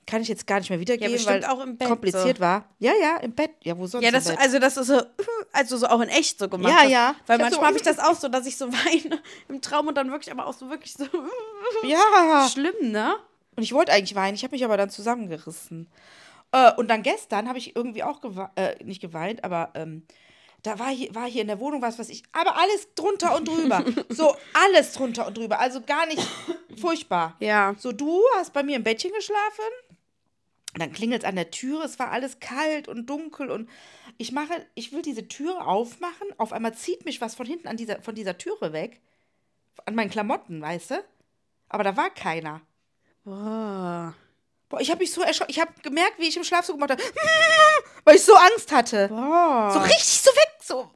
Speaker 2: Kann ich jetzt gar nicht mehr wiedergeben,
Speaker 1: bestimmt
Speaker 2: weil
Speaker 1: auch im Bett
Speaker 2: kompliziert
Speaker 1: so.
Speaker 2: war. Ja, ja, im Bett. Ja, wo sonst
Speaker 1: Ja, das,
Speaker 2: im Bett?
Speaker 1: also das ist so, also so auch in echt so gemacht.
Speaker 2: Ja,
Speaker 1: hast.
Speaker 2: ja.
Speaker 1: Weil
Speaker 2: Ich hab so-
Speaker 1: manchmal habe ich das auch so, dass ich so weine im Traum und dann wirklich aber auch so wirklich so also
Speaker 2: ja.
Speaker 1: schlimm, ne?
Speaker 2: Und ich wollte eigentlich weinen, ich habe mich aber dann zusammengerissen. Äh, und dann gestern habe ich irgendwie auch gewe äh, nicht geweint, aber ähm, da war hier, war hier in der Wohnung was, was ich. Aber alles drunter und drüber. so, alles drunter und drüber. Also gar nicht furchtbar.
Speaker 1: Ja.
Speaker 2: So, du hast bei mir im Bettchen geschlafen. Dann klingelt es an der Tür, es war alles kalt und dunkel und ich mache, ich will diese Türe aufmachen. Auf einmal zieht mich was von hinten an dieser, von dieser Türe weg. An meinen Klamotten, weißt du? Aber da war keiner.
Speaker 1: Boah.
Speaker 2: Boah, ich habe mich so erschrocken. Ich habe gemerkt, wie ich im Schlaf so gemacht habe. Weil ich so Angst hatte. So richtig so weg. So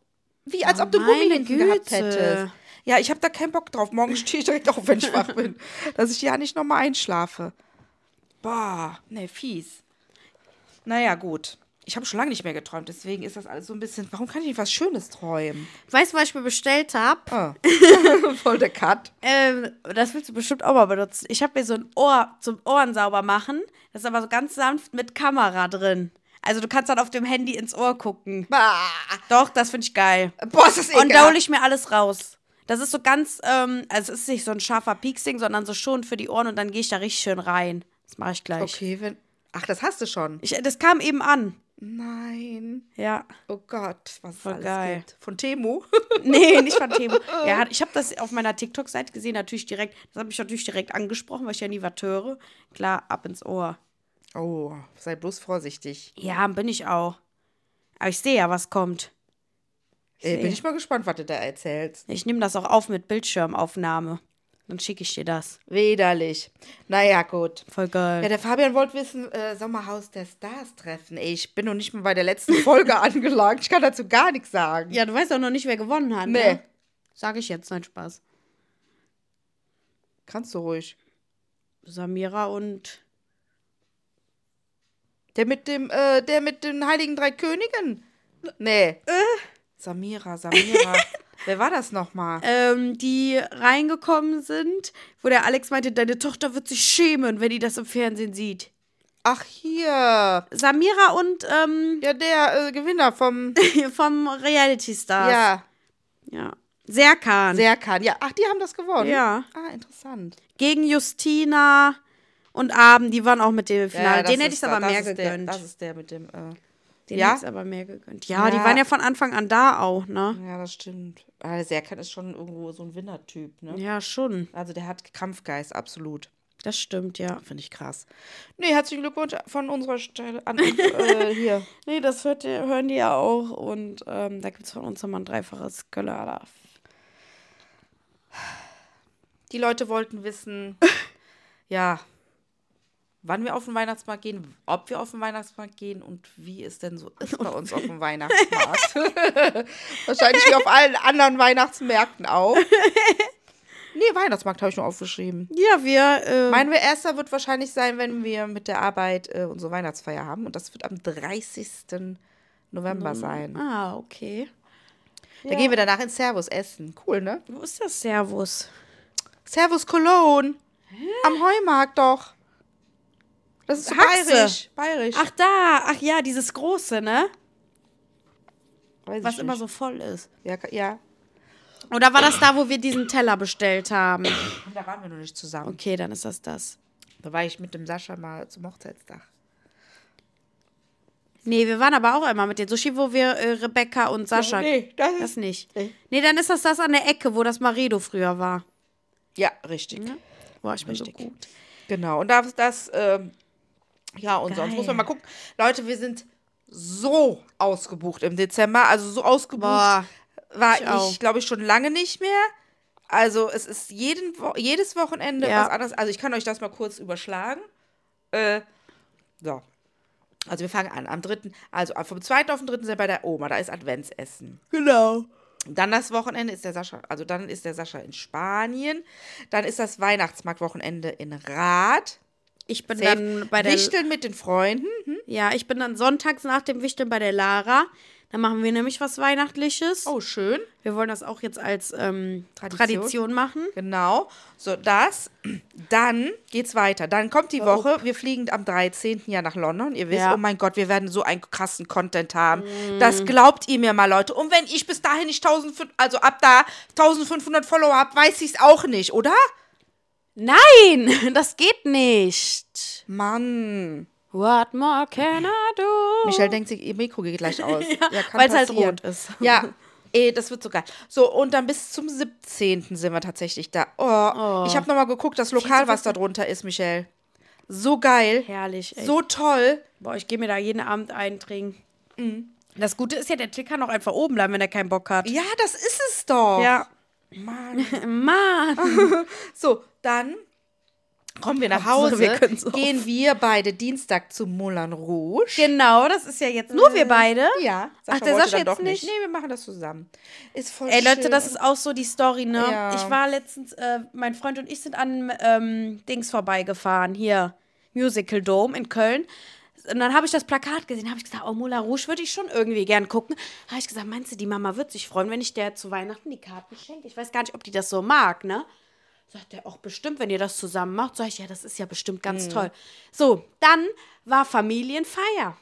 Speaker 2: wie als
Speaker 1: Oh,
Speaker 2: ob du Gummi
Speaker 1: meine
Speaker 2: hinten gehabt
Speaker 1: Güte.
Speaker 2: hättest. Ja, ich habe da keinen Bock drauf. Morgen stehe ich direkt auf, wenn ich wach bin. Dass ich ja nicht nochmal einschlafe. Boah, ne, fies. Naja, gut. Ich habe schon lange nicht mehr geträumt, deswegen ist das alles so ein bisschen. Warum kann ich nicht was Schönes träumen?
Speaker 1: Weißt du, was ich mir bestellt habe?
Speaker 2: Ah. Voll der Cut.
Speaker 1: Ähm, das willst du bestimmt auch mal benutzen. Ich habe mir so ein Ohr zum Ohren sauber machen. Das ist aber so ganz sanft mit Kamera drin. Also du kannst dann auf dem Handy ins Ohr gucken.
Speaker 2: Bah.
Speaker 1: Doch, das finde ich geil.
Speaker 2: Boah, ist das ekelhaft.
Speaker 1: Und da hole ich mir alles raus. Das ist so ganz, ähm, also es ist nicht so ein scharfer Pieksing, sondern so schon für die Ohren und dann gehe ich da richtig schön rein. Das mache ich gleich.
Speaker 2: Okay, wenn. Ach, das hast du schon.
Speaker 1: Ich, äh, das kam eben an.
Speaker 2: Nein.
Speaker 1: Ja.
Speaker 2: Oh Gott, was es
Speaker 1: Voll
Speaker 2: alles
Speaker 1: geil.
Speaker 2: gibt. Von Temu.
Speaker 1: Nee, nicht von Temo. Ja, hat- ich habe das auf meiner TikTok-Seite gesehen, natürlich direkt. Das hat mich natürlich direkt angesprochen, weil ich ja nie was höre. Klar, ab ins Ohr.
Speaker 2: Oh, sei bloß vorsichtig.
Speaker 1: Ja, bin ich auch. Aber ich sehe ja, was kommt.
Speaker 2: Äh, bin
Speaker 1: sehe.
Speaker 2: ich mal gespannt, was du da erzählst.
Speaker 1: Ich nehme das auch auf mit Bildschirmaufnahme. Dann schicke ich dir das.
Speaker 2: Widerlich. Naja, gut.
Speaker 1: Voll geil.
Speaker 2: Ja, der Fabian wollte wissen, äh, Sommerhaus der Stars treffen. Ey, ich bin noch nicht mal bei der letzten Folge angelangt. Ich kann dazu gar nichts sagen.
Speaker 1: Ja, du weißt auch noch nicht, wer gewonnen hat.
Speaker 2: Nee.
Speaker 1: Ne? Sag ich jetzt, nein, Spaß.
Speaker 2: Kannst du ruhig.
Speaker 1: Samira und.
Speaker 2: Der mit dem, äh, der mit den Heiligen Drei Königen? Nee.
Speaker 1: Äh.
Speaker 2: Samira, Samira. Wer war das nochmal?
Speaker 1: Ähm, die reingekommen sind, wo der Alex meinte, deine Tochter wird sich schämen, wenn die das im Fernsehen sieht.
Speaker 2: Ach, hier.
Speaker 1: Samira und ähm,
Speaker 2: Ja, der äh, Gewinner vom.
Speaker 1: vom Reality Stars.
Speaker 2: ja,
Speaker 1: ja. Serkan.
Speaker 2: Serkan. Ja, ach, die haben das gewonnen.
Speaker 1: Ja.
Speaker 2: Ah, interessant.
Speaker 1: Gegen Justina und Abend, die waren auch mit dem
Speaker 2: Ja,
Speaker 1: Finale.
Speaker 2: das
Speaker 1: Genau, Den hätte
Speaker 2: ist
Speaker 1: ich aber
Speaker 2: da- das
Speaker 1: mehr
Speaker 2: ist
Speaker 1: gegönnt.
Speaker 2: Der, das ist der mit dem. Äh,
Speaker 1: Den
Speaker 2: Ja?
Speaker 1: ja? hätte aber mehr gegönnt. Ja, die
Speaker 2: Ja.
Speaker 1: waren ja von Anfang an da auch, ne?
Speaker 2: ja, das stimmt. Ah, der Serkan ist schon irgendwo so ein Winnertyp, ne?
Speaker 1: Ja, schon.
Speaker 2: Also der hat Kampfgeist, absolut.
Speaker 1: Das stimmt, ja.
Speaker 2: Finde ich krass. Nee, herzlichen Glückwunsch von unserer Stelle an äh, hier.
Speaker 1: Nee, das hört ihr, hören die ja auch. Und ähm, da gibt es von uns nochmal ein dreifaches Köller.
Speaker 2: Die Leute wollten wissen, ja, wann wir auf den Weihnachtsmarkt gehen, ob wir auf den Weihnachtsmarkt gehen und wie es denn so ist bei uns auf dem Weihnachtsmarkt. Wahrscheinlich wie auf allen anderen Weihnachtsmärkten auch. Nee, Weihnachtsmarkt habe ich nur aufgeschrieben.
Speaker 1: Ja, wir. Äh,
Speaker 2: Mein erster wird wahrscheinlich sein, wenn wir mit der Arbeit äh, unsere Weihnachtsfeier haben. Und das wird am 30. November sein.
Speaker 1: ah, okay.
Speaker 2: Da gehen wir danach in Servus essen. Cool, ne?
Speaker 1: Wo ist das Servus?
Speaker 2: Servus Cologne. Am Heumarkt doch. Das ist
Speaker 1: Zu Baxe.
Speaker 2: bayerisch. Bayerisch.
Speaker 1: Ach, da. Ach ja, dieses große, ne?
Speaker 2: Weiß ich
Speaker 1: Was immer
Speaker 2: nicht.
Speaker 1: so voll ist.
Speaker 2: Ja, ka- ja.
Speaker 1: Oder war das da, wo wir diesen Teller bestellt haben?
Speaker 2: Da waren wir noch nicht zusammen.
Speaker 1: Okay, dann ist das das.
Speaker 2: Da war ich mit dem Sascha mal zum Hochzeitstag.
Speaker 1: Nee, wir waren aber auch einmal mit den Sushi, wo wir äh, Rebecca und Sascha.
Speaker 2: Oh, Nee, das ist.
Speaker 1: Das nicht.
Speaker 2: Nee.
Speaker 1: Nee, dann ist das das an der Ecke, wo das Maredo früher war.
Speaker 2: Ja, richtig.
Speaker 1: Boah, ich bin
Speaker 2: Richtig.
Speaker 1: so gut.
Speaker 2: Genau. Und das, das ähm, ja, und sonst
Speaker 1: Geil.
Speaker 2: muss man mal gucken. Leute, wir sind so ausgebucht im Dezember. Also so ausgebucht
Speaker 1: Boah,
Speaker 2: war
Speaker 1: ich auch.
Speaker 2: ich, glaube ich, schon lange nicht mehr. Also es ist jeden Wo jedes Wochenende
Speaker 1: Ja.
Speaker 2: was anderes. Also ich kann euch das mal kurz überschlagen. Äh, so. Also wir fangen an am 3., also vom 2. auf den 3. sind wir bei der Oma, da ist Adventsessen.
Speaker 1: genau.
Speaker 2: Dann das Wochenende ist der Sascha, also dann ist der Sascha in Spanien. Dann ist das Weihnachtsmarktwochenende in Rath.
Speaker 1: Ich bin
Speaker 2: Safe.
Speaker 1: dann bei der
Speaker 2: Wichteln mit den Freunden. Hm?
Speaker 1: Ja, ich bin dann sonntags nach dem Wichteln bei der Lara. Da machen wir nämlich was Weihnachtliches.
Speaker 2: Oh, schön.
Speaker 1: Wir wollen das auch jetzt als ähm,
Speaker 2: Tradition.
Speaker 1: Tradition. machen.
Speaker 2: Genau. So, das. Dann geht's weiter. Dann kommt die Woche. Wir fliegen am 13. Jahr nach London. Ihr wisst,
Speaker 1: Ja.
Speaker 2: oh mein Gott, wir werden so einen krassen Content haben. Das glaubt ihr mir mal, Leute. Und wenn ich bis dahin nicht 1500, also ab da 1500 Follower habe, weiß ich es auch nicht, oder?
Speaker 1: Nein, das geht nicht.
Speaker 2: Mann.
Speaker 1: What more can I do?
Speaker 2: Michelle denkt sich, ihr Mikro geht gleich aus. ja, kann
Speaker 1: Weil es halt
Speaker 2: passieren.
Speaker 1: rot ist.
Speaker 2: Ja, eh, das wird so geil. So, und dann bis zum 17. sind wir tatsächlich da. Oh, ich habe nochmal geguckt, das Lokal, was da drunter ist, Michelle. So geil.
Speaker 1: Herrlich, ey.
Speaker 2: So toll.
Speaker 1: Boah, ich gehe mir da jeden Abend eintrinken. Mhm. Das Gute ist ja, der Tick kann auch einfach oben bleiben, wenn er keinen Bock hat.
Speaker 2: Ja, das ist es doch.
Speaker 1: Ja.
Speaker 2: Mann.
Speaker 1: Mann.
Speaker 2: So, dann kommen wir nach
Speaker 1: Hauptsache,
Speaker 2: Hause.
Speaker 1: wir können's auf.
Speaker 2: gehen wir beide Dienstag zu Moulin Rouge.
Speaker 1: Genau, das ist ja jetzt nur wir beide.
Speaker 2: Ja, Sascha
Speaker 1: Ach, der
Speaker 2: wollte
Speaker 1: Sascha
Speaker 2: dann
Speaker 1: jetzt
Speaker 2: doch nicht.
Speaker 1: nicht?
Speaker 2: Nee, wir machen das zusammen. Ist voll
Speaker 1: Ey, Leute,
Speaker 2: schön.
Speaker 1: das ist auch so die Story, ne?
Speaker 2: Ja.
Speaker 1: Ich war letztens, äh, mein Freund und ich sind an ähm, Dings vorbeigefahren, hier, Musical Dome in Köln. Und dann habe ich das Plakat gesehen, habe ich gesagt, oh, Moulin Rouge würde ich schon irgendwie gern gucken. Habe ich gesagt, meinst du, die Mama wird sich freuen, wenn ich der zu Weihnachten die Karten schenke? Ich weiß gar nicht, ob die das so mag, ne? Sagt er auch bestimmt, wenn ihr das zusammen macht. Sag ich, ja, das ist ja bestimmt ganz
Speaker 2: Mhm.
Speaker 1: toll. So, dann war Familienfeier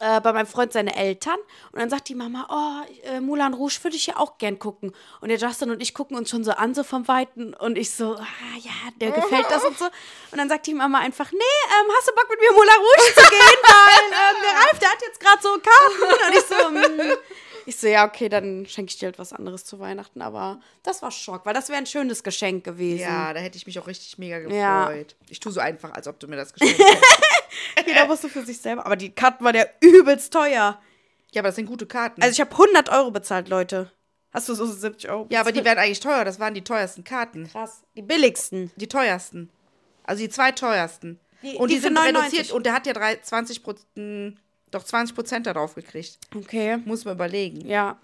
Speaker 1: äh, bei meinem Freund seine Eltern. Und dann sagt die Mama, oh, äh, Moulin Rouge würde ich ja auch gern gucken. Und der Justin und ich gucken uns schon so an, so vom Weiten. Und ich so, ah ja, der gefällt das und so. Und dann sagt die Mama einfach, nee, ähm, hast du Bock mit mir Moulin Rouge zu gehen? Weil ähm, der Ralf, der hat jetzt gerade so Karten. Und ich so, mm. ich so, ja, okay, dann schenke ich dir halt was anderes zu Weihnachten. Aber das war Schock, weil das wäre ein schönes Geschenk gewesen.
Speaker 2: Ja, da hätte ich mich auch richtig mega gefreut.
Speaker 1: Ja.
Speaker 2: Ich tue so einfach, als ob du mir das geschenkt hättest.
Speaker 1: Jeder wusste für sich selber. Aber die Karten waren ja übelst teuer.
Speaker 2: Ja, aber das sind gute Karten.
Speaker 1: Also ich habe 100 Euro bezahlt, Leute. Hast du so 70 Euro
Speaker 2: ja, aber die wären eigentlich teuer. Das waren die teuersten Karten.
Speaker 1: Krass. Die billigsten.
Speaker 2: Die teuersten. Also die zwei teuersten.
Speaker 1: Die-
Speaker 2: und die,
Speaker 1: die für
Speaker 2: sind
Speaker 1: 99.
Speaker 2: reduziert. Und der hat ja drei, 20 Prozent, doch 20 Prozent darauf gekriegt.
Speaker 1: Okay.
Speaker 2: Muss man überlegen.
Speaker 1: Ja.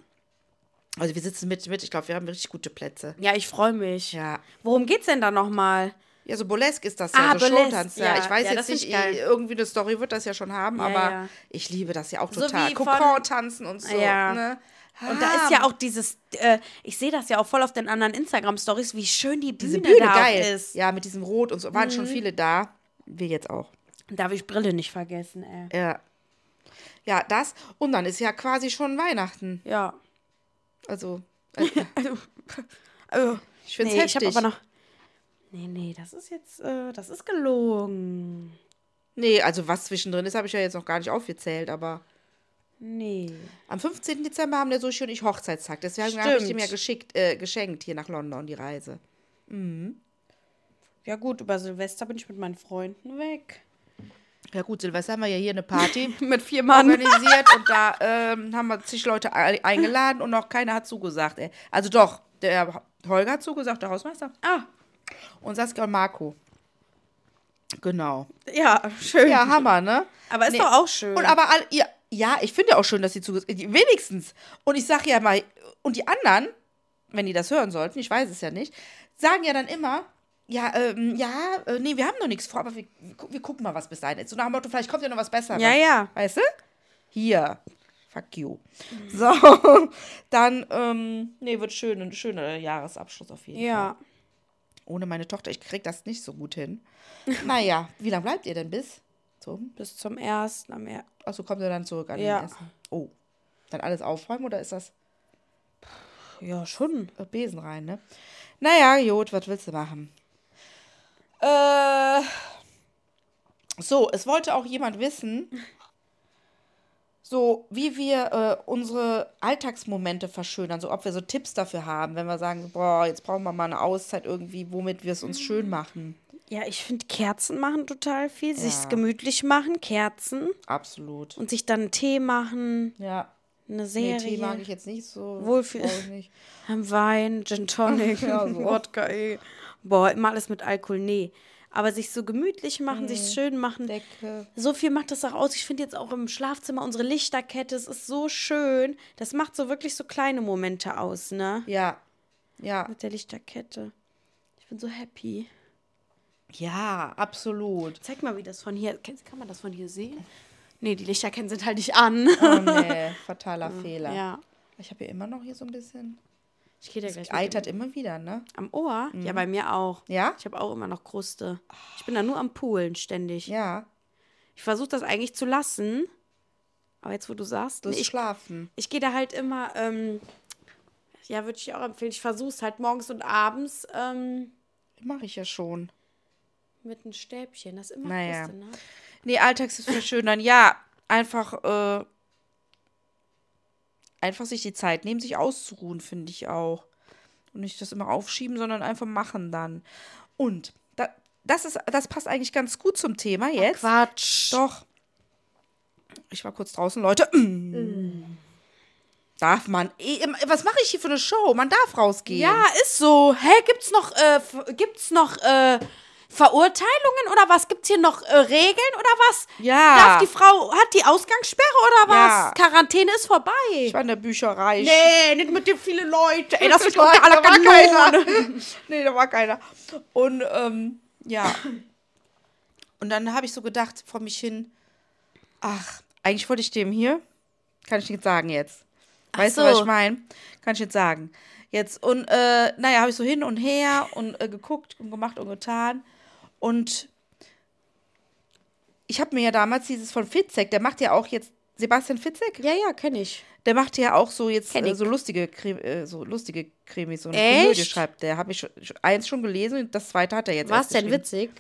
Speaker 2: Also wir sitzen mit, mit. Ich glaube, wir haben richtig gute Plätze.
Speaker 1: Ja, ich freue mich.
Speaker 2: Ja.
Speaker 1: Worum geht's denn da nochmal?
Speaker 2: Ja, so burlesque ist das ja.
Speaker 1: Ah,
Speaker 2: so
Speaker 1: burlesque,
Speaker 2: Showtanz, ja.
Speaker 1: ja.
Speaker 2: Ich weiß
Speaker 1: Ja, das
Speaker 2: jetzt
Speaker 1: find
Speaker 2: nicht,
Speaker 1: ich geil.
Speaker 2: irgendwie eine Story wird das ja schon haben,
Speaker 1: Ja,
Speaker 2: aber
Speaker 1: ja.
Speaker 2: ich liebe das ja auch
Speaker 1: So
Speaker 2: total.
Speaker 1: wie von-
Speaker 2: Kokon tanzen und so.
Speaker 1: Ja.
Speaker 2: Ne?
Speaker 1: Und da ist ja auch dieses, äh, ich sehe das ja auch voll auf den anderen Instagram-Stories, wie schön die Bühne,
Speaker 2: diese Bühne
Speaker 1: da auch
Speaker 2: geil
Speaker 1: ist. Mhm.
Speaker 2: Ja, mit diesem Rot und so. Waren schon viele da. Wir jetzt auch.
Speaker 1: Darf ich Brille nicht vergessen, ey.
Speaker 2: Ja. Ja, das. Und dann ist ja quasi schon Weihnachten.
Speaker 1: Ja.
Speaker 2: Also,
Speaker 1: Also,
Speaker 2: ich finde es
Speaker 1: nee, ich
Speaker 2: heftig.
Speaker 1: habe aber noch. Nee, nee, das ist jetzt, äh, das ist gelogen.
Speaker 2: nee, also was zwischendrin ist, habe ich ja jetzt noch gar nicht aufgezählt, aber
Speaker 1: Nee.
Speaker 2: am 15. Dezember haben der Sushi und ich Hochzeitstag. Deswegen habe ich
Speaker 1: Stimmt.
Speaker 2: dem ja geschickt, äh, geschenkt hier nach London die Reise.
Speaker 1: Ja, gut, über Silvester bin ich mit meinen Freunden weg.
Speaker 2: Ja gut, Silvester haben wir ja hier eine Party
Speaker 1: Mit vier Mann.
Speaker 2: organisiert und da ähm, haben wir zig Leute ei- eingeladen und noch keiner hat zugesagt. Ey. Also doch, der Holger hat zugesagt, der Hausmeister.
Speaker 1: Ah,
Speaker 2: Und Saskia und Marco. Genau.
Speaker 1: ja, schön.
Speaker 2: Ja, Hammer, ne?
Speaker 1: Aber ist
Speaker 2: Nee.
Speaker 1: doch auch schön.
Speaker 2: Und aber all, ja, ja, ich finde auch schön, dass sie zugesagt Wenigstens. Und ich sage ja mal, und die anderen, wenn die das hören sollten, ich weiß es ja nicht, sagen ja dann immer, ja, ähm, ja, äh, nee, wir haben noch nichts vor, aber wir, wir, gu- wir gucken mal, was bis dahin ist. So nach dem Motto, vielleicht kommt ja noch was Besseres.
Speaker 1: Ja, ja.
Speaker 2: Weißt du? Hier. Fuck you.
Speaker 1: Mhm.
Speaker 2: So, dann, ähm, nee, wird schön, ein schöner Jahresabschluss auf jeden Fall.
Speaker 1: ja.
Speaker 2: Ohne meine Tochter, ich krieg das nicht so gut hin. naja, wie lange bleibt ihr denn bis? Zum
Speaker 1: Bis zum ersten am er
Speaker 2: Achso, Also kommt er dann zurück an
Speaker 1: Ja.
Speaker 2: den Essen. Oh. Dann alles aufräumen oder ist das
Speaker 1: Ja, schon.
Speaker 2: äh, Besen rein, ne? Naja, Jod, was willst du machen? Äh. So, es wollte auch jemand wissen, so wie wir äh, unsere Alltagsmomente verschönern, so ob wir so
Speaker 1: Mhm.
Speaker 2: Tipps dafür haben, wenn wir sagen, boah, jetzt brauchen wir mal eine Auszeit irgendwie, womit wir es uns schön machen.
Speaker 1: Ja, ich finde, Kerzen machen total viel. Sich's
Speaker 2: Ja.
Speaker 1: gemütlich machen, Kerzen.
Speaker 2: Absolut.
Speaker 1: Und sich dann einen Tee machen,
Speaker 2: Ja.
Speaker 1: eine
Speaker 2: Nee,
Speaker 1: Serie,
Speaker 2: Tee mag ich jetzt nicht so.
Speaker 1: Wohlfühl-
Speaker 2: brauch ich nicht.
Speaker 1: einen Wein, Gin Tonic,
Speaker 2: Ja, so.
Speaker 1: Wodka. eh. Boah, immer alles mit Alkohol, nee. Aber sich so gemütlich machen, sich schön machen.
Speaker 2: Decke.
Speaker 1: So viel macht das auch aus. Ich finde jetzt auch im Schlafzimmer unsere Lichterkette, es ist so schön. Das macht so wirklich so kleine Momente aus, ne?
Speaker 2: Ja. Ja.
Speaker 1: Mit der Lichterkette. Ich bin so happy.
Speaker 2: Ja, absolut.
Speaker 1: Zeig mal, wie das von hier. Kann, kann man das von hier sehen? Nee, die Lichterketten sind halt nicht an.
Speaker 2: Oh nee, fataler Fehler.
Speaker 1: Ja.
Speaker 2: Ich habe hier immer noch hier so ein bisschen.
Speaker 1: Ich gehe da gleich mit dem,
Speaker 2: Eitert immer wieder, ne?
Speaker 1: am Ohr. Ja, bei mir auch.
Speaker 2: Ja?
Speaker 1: Ich habe auch immer noch Kruste. Ich bin da nur am Poolen ständig.
Speaker 2: Ja.
Speaker 1: Ich versuche das eigentlich zu lassen. Aber jetzt, wo du sagst,
Speaker 2: Du
Speaker 1: nee,
Speaker 2: musst
Speaker 1: ich,
Speaker 2: schlafen.
Speaker 1: ich gehe da halt immer, ähm, ja, würde ich auch empfehlen. Ich versuche es halt morgens und abends ähm,
Speaker 2: Mache ich ja schon.
Speaker 1: mit einem Stäbchen. Das ist immer
Speaker 2: Naja.
Speaker 1: Kruste, ne?
Speaker 2: Nee, Alltags ist verschönern. Ja, einfach, äh, einfach sich die Zeit nehmen, sich auszuruhen, finde ich auch. Und nicht das immer aufschieben, sondern einfach machen dann. Und da, das ist, das passt eigentlich ganz gut zum Thema jetzt.
Speaker 1: Quatsch.
Speaker 2: Doch. Ich war kurz draußen, Leute. Mm. Darf man? eh im- Was mache ich hier für eine Show? Man darf rausgehen.
Speaker 1: Ja, ist so. Hä, gibt's noch, äh, f- gibt's noch, äh, Verurteilungen oder was? Gibt's hier noch äh, Regeln oder was?
Speaker 2: Ja.
Speaker 1: Darf die Frau, hat die Ausgangssperre oder was?
Speaker 2: Ja.
Speaker 1: Quarantäne ist vorbei.
Speaker 2: Ich war in der Bücherei.
Speaker 1: nee, nicht mit dem viele Leute. Ey, das ist
Speaker 2: war,
Speaker 1: unter aller
Speaker 2: da war
Speaker 1: Kanone.
Speaker 2: keiner. nee, da war keiner. Und ähm, ja. Und dann habe ich so gedacht, vor mich hin, ach, eigentlich wollte ich dem hier, kann ich nicht sagen jetzt. Weißt du,
Speaker 1: so.
Speaker 2: was ich meine? Kann ich nicht sagen. Jetzt, und äh, naja, habe ich so hin und her und äh, geguckt und gemacht und getan. Und ich habe mir ja damals dieses von Fitzek, der macht ja auch jetzt, Sebastian Fitzek?
Speaker 1: Ja, ja, kenne ich.
Speaker 2: Der macht ja auch so jetzt
Speaker 1: Kenn
Speaker 2: äh,
Speaker 1: ich.
Speaker 2: so lustige Krim, äh, so lustige Krimis, so eine
Speaker 1: Echt?
Speaker 2: Komödie schreibt. Der habe ich schon, schon- eins schon gelesen und das zweite hat er jetzt.
Speaker 1: War es
Speaker 2: erst
Speaker 1: denn
Speaker 2: geschrieben.
Speaker 1: witzig?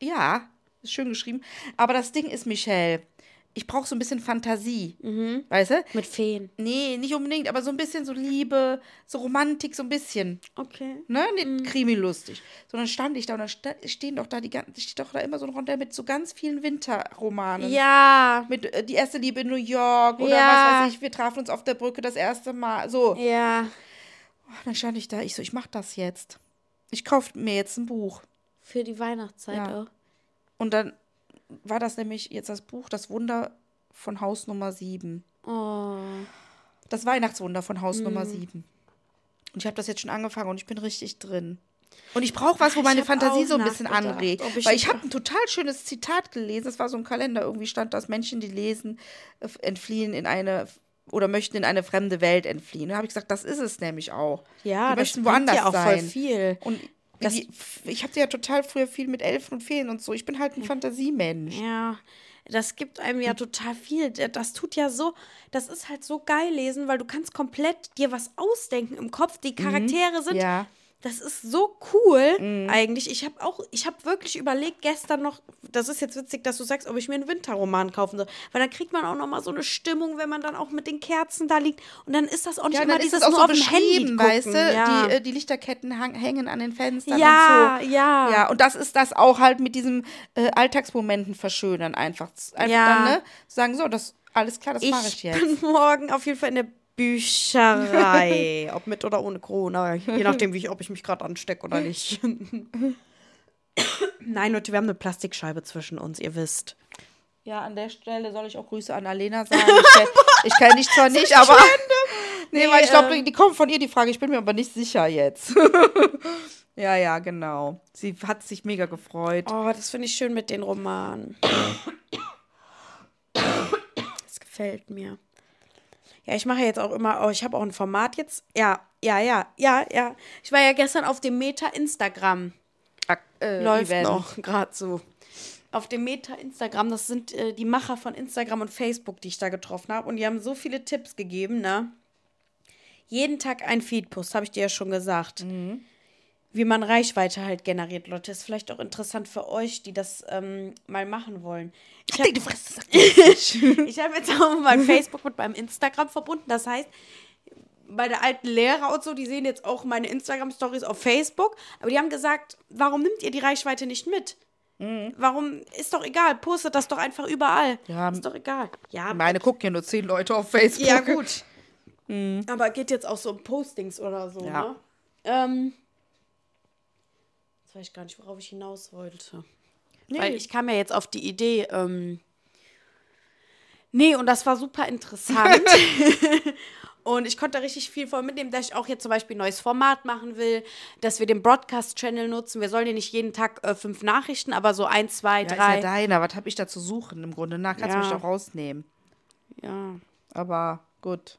Speaker 2: Ja, ist schön geschrieben. Aber das Ding ist, Michelle, ich brauche so ein bisschen Fantasie,
Speaker 1: Mhm.
Speaker 2: weißt du?
Speaker 1: Mit Feen.
Speaker 2: Nee, nicht unbedingt, aber so ein bisschen so Liebe, so Romantik, so ein bisschen,
Speaker 1: Okay.
Speaker 2: ne? Nicht
Speaker 1: Mhm.
Speaker 2: Krimi lustig. Sondern stand ich da und dann sta- stehen doch da die ganzen, steht doch da immer so ein Rondell mit so ganz vielen Winterromanen
Speaker 1: Ja.
Speaker 2: mit äh, die erste Liebe in New York oder
Speaker 1: Ja.
Speaker 2: was weiß ich, wir trafen uns auf der Brücke das erste Mal. So,
Speaker 1: Ja.
Speaker 2: Ach, dann stand ich da, ich so, ich mach das jetzt. Ich kaufe mir jetzt ein Buch.
Speaker 1: Für die Weihnachtszeit
Speaker 2: Ja.
Speaker 1: auch.
Speaker 2: Und dann war das nämlich jetzt das Buch Das Wunder von Haus Nummer 7.
Speaker 1: Oh.
Speaker 2: Das Weihnachtswunder von Haus
Speaker 1: Mhm.
Speaker 2: Nummer 7. Und ich habe das jetzt schon angefangen und ich bin richtig drin. Und ich brauche was, wo
Speaker 1: Ah, Ich
Speaker 2: meine
Speaker 1: hab
Speaker 2: Fantasie
Speaker 1: auch
Speaker 2: so ein bisschen
Speaker 1: nachgedacht,
Speaker 2: anregt.
Speaker 1: ob ich
Speaker 2: Weil
Speaker 1: jetzt
Speaker 2: ich habe ein total schönes Zitat gelesen. Das war so ein Kalender. Irgendwie stand, dass Menschen, die lesen, äh, entfliehen in eine oder möchten in eine fremde Welt entfliehen. Da habe ich gesagt, das ist es nämlich auch.
Speaker 1: Ja,
Speaker 2: die
Speaker 1: das
Speaker 2: möchten
Speaker 1: bringt
Speaker 2: woanders
Speaker 1: ja auch voll
Speaker 2: sein.
Speaker 1: viel.
Speaker 2: Und
Speaker 1: Das-
Speaker 2: die, ich hatte ja total früher viel mit Elfen und Feen und so. Ich bin halt ein Fantasiemensch.
Speaker 1: Ja, das gibt einem
Speaker 2: Hm.
Speaker 1: ja total viel. D- Das tut ja so, das ist halt so geil lesen, weil du kannst komplett dir was ausdenken im Kopf. Die Charaktere sind,
Speaker 2: Mhm. Ja. Mhm.
Speaker 1: das ist so cool eigentlich. Ich habe auch, ich habe wirklich überlegt gestern noch, das ist jetzt witzig, dass du sagst, ob ich mir einen Winterroman kaufen soll, weil dann kriegt man auch noch mal so eine Stimmung, wenn man dann auch mit den Kerzen da liegt und dann ist das auch nicht
Speaker 2: Ja,
Speaker 1: immer
Speaker 2: dann ist
Speaker 1: dieses
Speaker 2: es auch
Speaker 1: nur
Speaker 2: so
Speaker 1: auf dem Handy
Speaker 2: beschrieben,
Speaker 1: gucken.
Speaker 2: weißt du?
Speaker 1: ja.
Speaker 2: Die, äh, die Lichterketten hang, hängen an den Fenstern
Speaker 1: ja,
Speaker 2: und so.
Speaker 1: ja,
Speaker 2: Ja, und das ist das auch halt mit diesem äh, Alltagsmomenten verschönern einfach. Z- einfach
Speaker 1: Ja.
Speaker 2: dann, ne? Sagen so, das alles klar, das mache ich
Speaker 1: Ich
Speaker 2: jetzt.
Speaker 1: bin morgen auf jeden Fall in der Bücherei. ob mit oder ohne Corona. Je nachdem, wie ich, ob ich mich gerade anstecke oder nicht. Nein, Leute, wir haben eine Plastikscheibe zwischen uns, ihr wisst.
Speaker 2: Ja, an der Stelle soll ich auch Grüße an Alena sagen. Ich kenn- Ich kenne dich zwar nicht, aber. Nee, weil ich glaube,
Speaker 1: ähm.
Speaker 2: die kommt von ihr, die Frage. Ich bin mir aber nicht sicher jetzt. ja, ja, genau. Sie hat sich mega gefreut.
Speaker 1: Oh, das finde ich schön mit den Romanen. Das gefällt mir. Ja, ich mache jetzt auch immer, oh, ich habe auch ein Format jetzt. Ja, ja, ja, ja, ja. Ich war ja gestern auf dem Meta Instagram.
Speaker 2: Äh,
Speaker 1: läuft
Speaker 2: Event.
Speaker 1: noch gerade so. Auf dem Meta Instagram, das sind äh, die Macher von Instagram und Facebook, die ich da getroffen habe. Und die haben so viele Tipps gegeben, ne? Jeden Tag ein Feedpost, habe ich dir ja schon gesagt.
Speaker 2: Mhm.
Speaker 1: Wie man Reichweite halt generiert, Leute. Ist vielleicht auch interessant für euch, die das ähm, mal machen wollen. Ich hab-
Speaker 2: Dick, du Fresse, sag dir das nicht.
Speaker 1: ich habe jetzt auch mein Facebook mit meinem Instagram verbunden. Das heißt, meine alten Lehrer und so, die sehen jetzt auch meine Instagram-Stories auf Facebook, aber die haben gesagt, warum nimmt ihr die Reichweite nicht mit? Warum ist doch egal, postet das doch einfach überall.
Speaker 2: Ja,
Speaker 1: ist doch egal. Ja,
Speaker 2: Meine gucken ja nur zehn Leute auf Facebook.
Speaker 1: ja gut. Aber geht jetzt auch so um Postings oder so,
Speaker 2: Hm. Ja.
Speaker 1: ne? Ähm, jetzt weiß ich gar nicht, worauf ich hinaus wollte. Weil ich kam ja jetzt auf die Idee, ähm, nee, und das war super interessant. und ich konnte da richtig viel von mitnehmen, dass ich auch jetzt zum Beispiel ein neues Format machen will, dass wir den Broadcast-Channel nutzen. Wir sollen ja nicht jeden Tag äh, fünf Nachrichten, aber so ein, zwei,
Speaker 2: ja,
Speaker 1: drei.
Speaker 2: ist ja deiner. Was habe ich da zu suchen im Grunde? Na, kannst
Speaker 1: Ja.
Speaker 2: du mich doch rausnehmen.
Speaker 1: ja.
Speaker 2: Aber gut.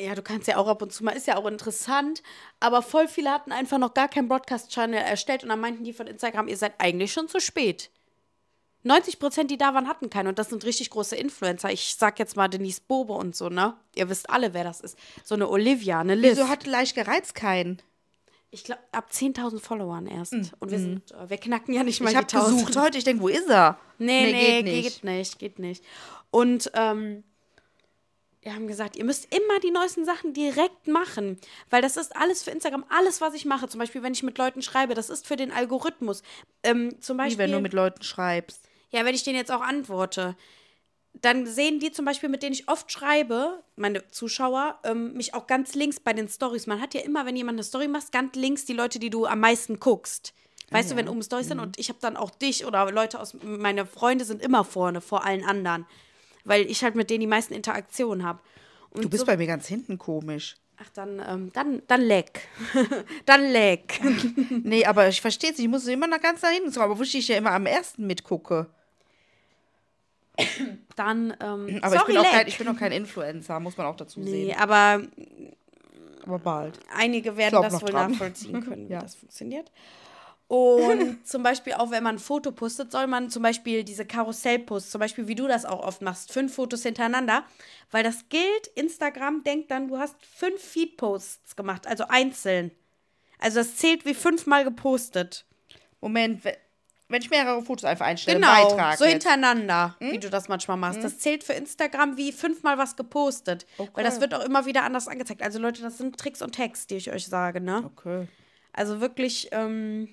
Speaker 1: Ja, du kannst ja auch ab und zu mal, ist ja auch interessant, aber voll viele hatten einfach noch gar keinen Broadcast-Channel erstellt und dann meinten die von Instagram, ihr seid eigentlich schon zu spät. 90 Prozent, die da waren, hatten keinen und das sind richtig große Influencer. Ich sag jetzt mal Denise Bobe und so, ne? Ihr wisst alle, wer das ist. So eine Olivia, eine Liz.
Speaker 2: Wieso hat leicht gereizt keinen?
Speaker 1: ich glaube, ab 10.000 Followern erst. Und wir sind, äh, wir knacken ja nicht mal
Speaker 2: Hm. Ich
Speaker 1: die
Speaker 2: habe
Speaker 1: 1.000.
Speaker 2: gesucht heute. Ich denke, wo ist er?
Speaker 1: Nee, nee, geht,
Speaker 2: geht nicht.
Speaker 1: nicht. geht nicht, Und ähm, wir haben gesagt, ihr müsst immer die neuesten Sachen direkt machen, weil das ist alles für Instagram, alles, was ich mache. Zum Beispiel, wenn ich mit Leuten schreibe, das ist für den Algorithmus. Ähm, zum
Speaker 2: Wie
Speaker 1: Beispiel,
Speaker 2: wenn du mit Leuten schreibst.
Speaker 1: ja, wenn ich denen jetzt auch antworte, dann sehen die zum Beispiel, mit denen ich oft schreibe, meine Zuschauer, ähm, mich auch ganz links bei den Stories. Man hat ja immer, wenn jemand eine Story macht, ganz links die Leute, die du am meisten guckst. Weißt du, wenn oben Storys
Speaker 2: Mhm.
Speaker 1: sind und ich habe dann auch dich oder Leute aus, meine Freunde sind immer vorne, vor allen anderen. Weil ich halt mit denen die meisten Interaktionen habe.
Speaker 2: Du bist bei mir ganz hinten komisch.
Speaker 1: Ach, dann, ähm, dann, dann leck. dann leck.
Speaker 2: Nee, aber ich verstehe es. Ich muss immer nach ganz nach hinten kommen, aber wusste ich ja immer am ersten mitgucke.
Speaker 1: Dann, ähm,
Speaker 2: Aber ich
Speaker 1: sorry,
Speaker 2: bin, auch kein,
Speaker 1: leck.
Speaker 2: ich bin auch kein Influencer, muss man auch dazu
Speaker 1: Nee,
Speaker 2: sehen.
Speaker 1: aber
Speaker 2: Aber bald.
Speaker 1: einige werden
Speaker 2: Glaub
Speaker 1: das
Speaker 2: noch
Speaker 1: wohl
Speaker 2: dran.
Speaker 1: nachvollziehen können, wie
Speaker 2: Ja.
Speaker 1: das funktioniert. Und zum Beispiel auch, wenn man ein Foto postet, soll man zum Beispiel diese Karussellposts, zum Beispiel wie du das auch oft machst, fünf Fotos hintereinander, weil das gilt. Instagram denkt dann, du hast fünf Feed-Posts gemacht, also einzeln. Also das zählt wie fünfmal gepostet.
Speaker 2: Moment, we- wenn ich mehrere Fotos einfach einstelle,
Speaker 1: Genau,
Speaker 2: Beitrag
Speaker 1: so
Speaker 2: jetzt. Hm?
Speaker 1: hintereinander, wie du das manchmal machst. Das zählt für Instagram wie fünfmal was gepostet,
Speaker 2: Okay.
Speaker 1: weil das wird auch immer wieder anders angezeigt. Also Leute, das sind Tricks und Hacks, die ich euch sage, ne?
Speaker 2: Okay.
Speaker 1: Also wirklich ähm,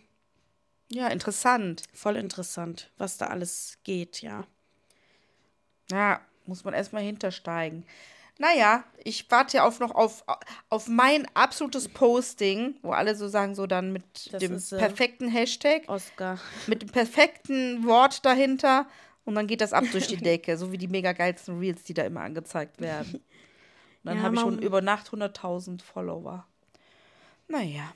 Speaker 2: Ja, interessant.
Speaker 1: voll interessant, was da alles geht, ja.
Speaker 2: Ja, muss man erstmal hintersteigen. Naja, ich warte ja auf noch auf, auf mein absolutes Posting, wo alle so sagen, so dann mit
Speaker 1: Das
Speaker 2: dem
Speaker 1: ist, äh,
Speaker 2: perfekten Hashtag,
Speaker 1: Oscar.
Speaker 2: mit dem perfekten Wort dahinter und dann geht das ab durch die Decke, so wie die mega geilsten Reels, die da immer angezeigt werden. Und dann
Speaker 1: Ja,
Speaker 2: habe ich schon
Speaker 1: man-
Speaker 2: über Nacht 100.000 Follower. Naja.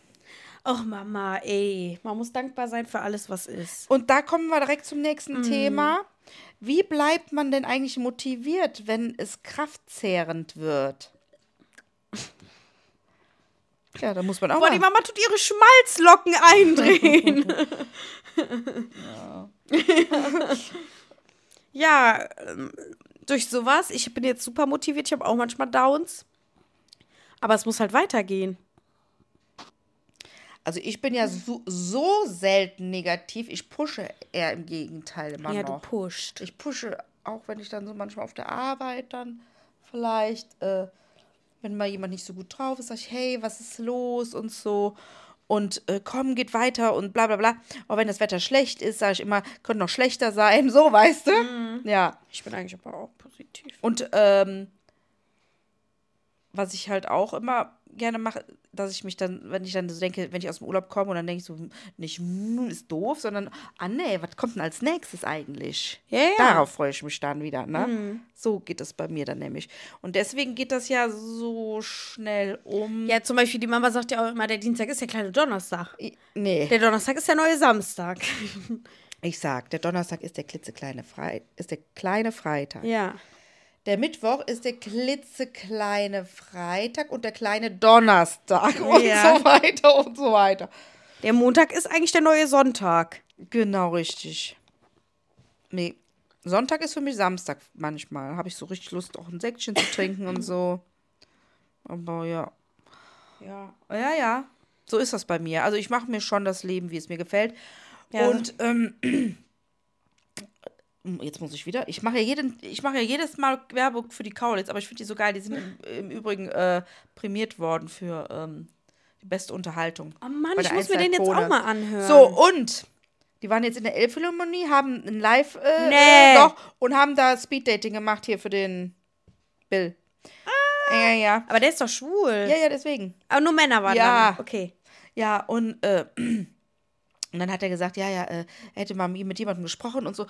Speaker 1: Och Mama, ey. Man muss dankbar sein für alles, was ist.
Speaker 2: Und da kommen wir direkt zum
Speaker 1: Mm.
Speaker 2: nächsten Thema. Wie bleibt man denn eigentlich motiviert, wenn es kraftzehrend wird? Ja, da muss man auch
Speaker 1: Boah, die
Speaker 2: mal.
Speaker 1: Mama tut ihre Schmalzlocken eindrehen. ja, ähm, durch sowas. Ich bin jetzt super motiviert. Ich habe auch manchmal Downs. Aber es muss halt weitergehen.
Speaker 2: Also ich bin ja so, so selten negativ. Ich pushe eher im Gegenteil immer
Speaker 1: ja,
Speaker 2: noch.
Speaker 1: du pusht.
Speaker 2: Ich pushe, auch wenn ich dann so manchmal auf der Arbeit dann vielleicht, äh, wenn mal jemand nicht so gut drauf ist, sage ich, hey, was ist los und so. Und äh, komm, geht weiter und bla bla bla. Auch wenn das Wetter schlecht ist, sage ich immer, könnte noch schlechter sein, so, weißt du? Ja.
Speaker 1: Ich bin eigentlich aber auch positiv.
Speaker 2: Und ähm, was ich halt auch immer gerne mache, dass ich mich dann, wenn ich dann so denke, wenn ich aus dem Urlaub komme und dann denke ich so, nicht "Mm, ist doof, sondern, ah nee, was kommt denn als nächstes eigentlich?
Speaker 1: Ja, Mhm. ja.
Speaker 2: Darauf freue ich mich dann wieder, ne? So geht das bei mir dann nämlich. Und deswegen geht das ja so schnell um.
Speaker 1: Ja, zum Beispiel, die Mama sagt ja auch immer, der Dienstag ist der kleine Donnerstag.
Speaker 2: I- Nee,
Speaker 1: Der Donnerstag ist der neue Samstag.
Speaker 2: ich sag, der Donnerstag ist der klitzekleine Frei ist der kleine Freitag.
Speaker 1: Ja.
Speaker 2: Der Mittwoch ist der klitzekleine Freitag und der kleine Donnerstag und
Speaker 1: Ja.
Speaker 2: so weiter und so weiter.
Speaker 1: Der Montag ist eigentlich der neue Sonntag.
Speaker 2: Genau, richtig. Nee, Sonntag ist für mich Samstag manchmal. Habe ich so richtig Lust, auch ein Säckchen zu trinken und so. Aber ja.
Speaker 1: Ja.
Speaker 2: Ja, ja. So ist das bei mir. Also ich mache mir schon das Leben, wie es mir gefällt.
Speaker 1: Ja.
Speaker 2: Und ähm, Mm, ähm, Jetzt muss ich wieder. Ich mache ja, jeden, ich mache ja jedes Mal Werbung für die Kaulitz, aber ich finde die so geil. Die sind im, im Übrigen äh, prämiert worden für ähm, die beste Unterhaltung.
Speaker 1: Oh Mann,
Speaker 2: Bei
Speaker 1: ich
Speaker 2: der
Speaker 1: muss mir den jetzt
Speaker 2: Einzelakone.
Speaker 1: auch mal anhören.
Speaker 2: So, und die waren jetzt in der Elbphilharmonie, haben ein Live äh,
Speaker 1: Nee.
Speaker 2: äh, doch, und haben da Speeddating gemacht hier für den Bill. Ja, ja.
Speaker 1: Aber der ist doch schwul.
Speaker 2: Ja, ja, deswegen.
Speaker 1: Aber nur Männer waren
Speaker 2: Ja.
Speaker 1: da. Okay.
Speaker 2: Ja, und, äh, und dann hat er gesagt, ja, ja, äh, er hätte mal mit jemandem gesprochen und so.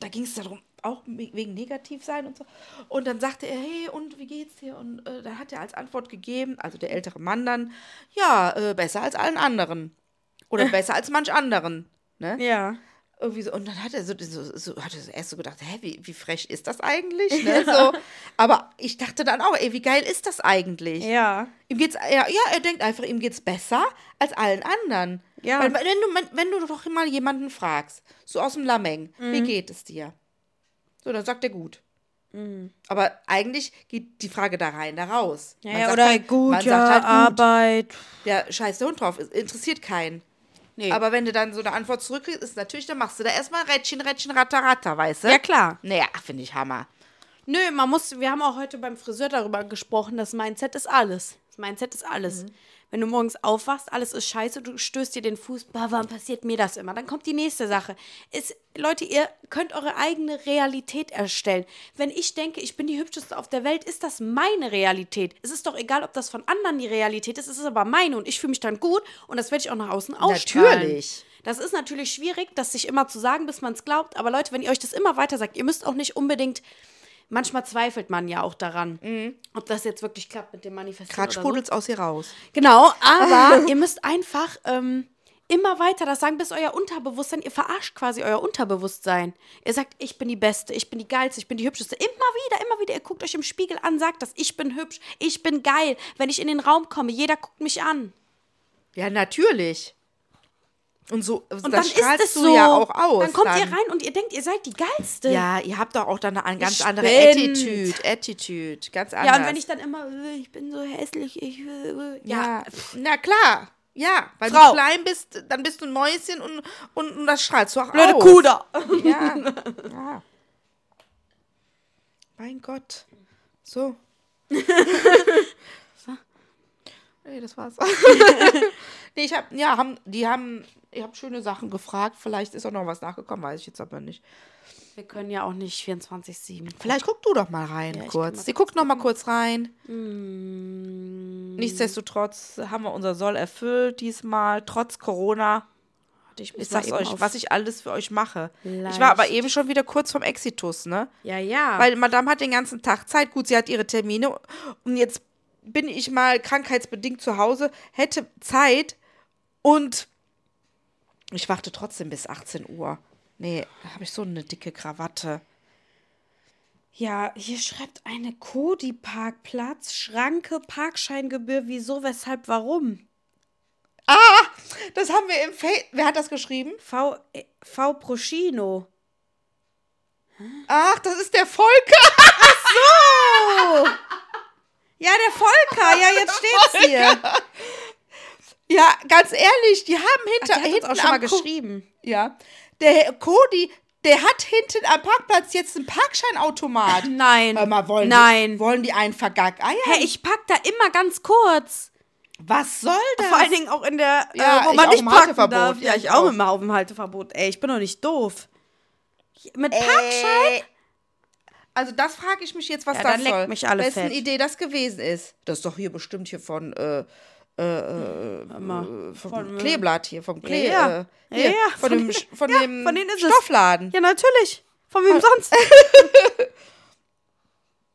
Speaker 2: Da ging es darum, auch me- wegen negativ sein und so. Und dann sagte er, hey, und wie geht's dir? Und äh, da hat er als Antwort gegeben, also der ältere Mann dann, ja, äh, besser als allen anderen. Oder besser als manch anderen. Ne?
Speaker 1: Ja.
Speaker 2: irgendwie so, und dann hat er so, so, so hat er erst so gedacht, hä, wie, wie frech ist das eigentlich? Ne? So, aber ich dachte dann auch, ey, wie geil ist das eigentlich?
Speaker 1: Ja.
Speaker 2: Ihm geht's, ja, ja, er denkt einfach, ihm geht's besser als allen anderen.
Speaker 1: Ja.
Speaker 2: Weil, wenn du, man- wenn du doch mal jemanden fragst, so aus dem Lameng,
Speaker 1: Mhm.
Speaker 2: wie geht es dir? So, dann sagt er gut.
Speaker 1: Mhm.
Speaker 2: Aber eigentlich geht die Frage da rein, da raus.
Speaker 1: Ja,
Speaker 2: Man
Speaker 1: ja
Speaker 2: sagt
Speaker 1: oder
Speaker 2: halt-
Speaker 1: gut,
Speaker 2: man
Speaker 1: ja,
Speaker 2: sagt halt gut.
Speaker 1: Arbeit.
Speaker 2: Ja, scheiß der Hund drauf, es interessiert keinen.
Speaker 1: Nee.
Speaker 2: Aber wenn du dann so eine Antwort zurückkriegst, ist natürlich, dann machst du da erstmal Rädchen, Rädchen, Ratter, Ratter, weißt du?
Speaker 1: ja, klar.
Speaker 2: Naja, finde ich Hammer.
Speaker 1: Nö, man muss, wir haben auch heute beim Friseur darüber gesprochen, das Mindset ist alles. Das Mindset ist alles. Wenn du morgens aufwachst, alles ist scheiße, du stößt dir den Fuß, bah, warum passiert mir das immer? Dann kommt die nächste Sache. Ist, Leute, ihr könnt eure eigene Realität erstellen. Wenn ich denke, ich bin die hübscheste auf der Welt, ist das meine Realität. Es ist doch egal, ob das von anderen die Realität ist, es ist aber meine und ich fühle mich dann gut und das werde ich auch nach außen ausstrahlen.
Speaker 2: Natürlich.
Speaker 1: Das ist natürlich schwierig, das sich immer zu sagen, bis man es glaubt. Aber Leute, wenn ihr euch das immer weiter sagt, ihr müsst auch nicht unbedingt. Manchmal zweifelt man ja auch daran,
Speaker 2: Mhm.
Speaker 1: ob das jetzt wirklich klappt mit dem Manifestieren.
Speaker 2: Gerade
Speaker 1: Oder so.
Speaker 2: sprudelt's aus ihr raus.
Speaker 1: Genau, aber ihr müsst einfach ähm, immer weiter das sagen, bis euer Unterbewusstsein, ihr verarscht quasi euer Unterbewusstsein. Ihr sagt, ich bin die Beste, ich bin die Geilste, ich bin die Hübscheste. Immer wieder, immer wieder. Ihr guckt euch im Spiegel an, sagt das, ich bin hübsch, ich bin geil. Wenn ich in den Raum komme, jeder guckt mich an.
Speaker 2: Ja, natürlich. Und so,
Speaker 1: Und
Speaker 2: das
Speaker 1: dann
Speaker 2: strahlst
Speaker 1: ist es
Speaker 2: du
Speaker 1: so.
Speaker 2: ja auch aus.
Speaker 1: Dann kommt ihr rein und ihr denkt, ihr seid die Geilste.
Speaker 2: Ja, ihr habt doch auch dann eine ganz andere
Speaker 1: Gespannt.
Speaker 2: Attitude. Attitude, ganz anders.
Speaker 1: Ja, und wenn ich dann immer, äh, ich bin so hässlich, ich. äh, äh, Ja.
Speaker 2: Ja, na klar. Ja, weil
Speaker 1: Frau.
Speaker 2: du klein bist, dann bist du ein Mäuschen und, und, und das strahlst du auch
Speaker 1: Blöde
Speaker 2: aus.
Speaker 1: Kuh da.
Speaker 2: Ja. ja. Mein Gott. So. nee, das war's. nee, ich hab, ja, haben, die haben, ich habe schöne Sachen gefragt. Vielleicht ist auch noch was nachgekommen, weiß ich jetzt aber nicht.
Speaker 1: Wir können ja auch nicht 24-7.
Speaker 2: Vielleicht guck du doch mal rein
Speaker 1: ich kann mal
Speaker 2: kurz. Die guckt noch mal kurz rein.
Speaker 1: Hm,
Speaker 2: Nichtsdestotrotz haben wir unser Soll erfüllt diesmal, trotz Corona.
Speaker 1: warte, ich muss
Speaker 2: Ich sag's
Speaker 1: mal eben
Speaker 2: euch,
Speaker 1: auf-
Speaker 2: was ich alles für euch mache. Ich
Speaker 1: Leicht.
Speaker 2: war aber eben schon wieder kurz vom Exitus, ne?
Speaker 1: Ja, ja.
Speaker 2: Weil Madame hat den ganzen Tag Zeit. Gut, sie hat ihre Termine. Und jetzt bin ich mal krankheitsbedingt zu Hause, hätte Zeit und ich warte trotzdem bis 18 Uhr. Nee, habe ich so eine dicke Krawatte.
Speaker 1: ja, hier schreibt eine Kodi Parkplatz, Schranke, Parkscheingebühr, wieso, weshalb, warum?
Speaker 2: Das haben wir im Face. Wer hat das geschrieben?
Speaker 1: V, äh, v Proschino.
Speaker 2: Ach, das ist der Volker.
Speaker 1: Ja, der Volker, ja, jetzt steht's hier. Ja,
Speaker 2: Ja, ganz ehrlich, die haben
Speaker 1: der
Speaker 2: hinter
Speaker 1: hat uns
Speaker 2: hinten
Speaker 1: auch schon mal
Speaker 2: am Ko-
Speaker 1: geschrieben.
Speaker 2: Ja. Der Cody, der hat hinten am Parkplatz jetzt einen Parkscheinautomat.
Speaker 1: Nein.
Speaker 2: Hör mal, wollen
Speaker 1: Nein.
Speaker 2: Die, wollen die einen vergack Ah Eier?
Speaker 1: Hä, ich pack da immer ganz kurz.
Speaker 2: Was soll das?
Speaker 1: Vor allen Dingen auch in der,
Speaker 2: Ja,
Speaker 1: äh, wo
Speaker 2: ich
Speaker 1: man
Speaker 2: auch
Speaker 1: nicht
Speaker 2: im
Speaker 1: parken
Speaker 2: Halteverbot.
Speaker 1: darf.
Speaker 2: Ja,
Speaker 1: Ja,
Speaker 2: ich
Speaker 1: ich auch
Speaker 2: auch.
Speaker 1: immer auf dem Halteverbot. Ey, ich bin doch nicht doof. Mit Parkschein?
Speaker 2: Äh, Also das frage ich mich jetzt, was
Speaker 1: Ja,
Speaker 2: das
Speaker 1: dann leckt
Speaker 2: soll.
Speaker 1: mich alle
Speaker 2: Wessen
Speaker 1: fett.
Speaker 2: Idee das gewesen ist. Das ist doch hier bestimmt hier von, äh, äh, äh, äh, vom Kleeblatt hier, vom Klee.
Speaker 1: Ja.
Speaker 2: Äh, hier,
Speaker 1: Ja, ja,
Speaker 2: von,
Speaker 1: von
Speaker 2: dem,
Speaker 1: den-
Speaker 2: Sch- von
Speaker 1: ja,
Speaker 2: dem
Speaker 1: von denen ist es.
Speaker 2: Stoffladen.
Speaker 1: Ja, natürlich. Von wem sonst?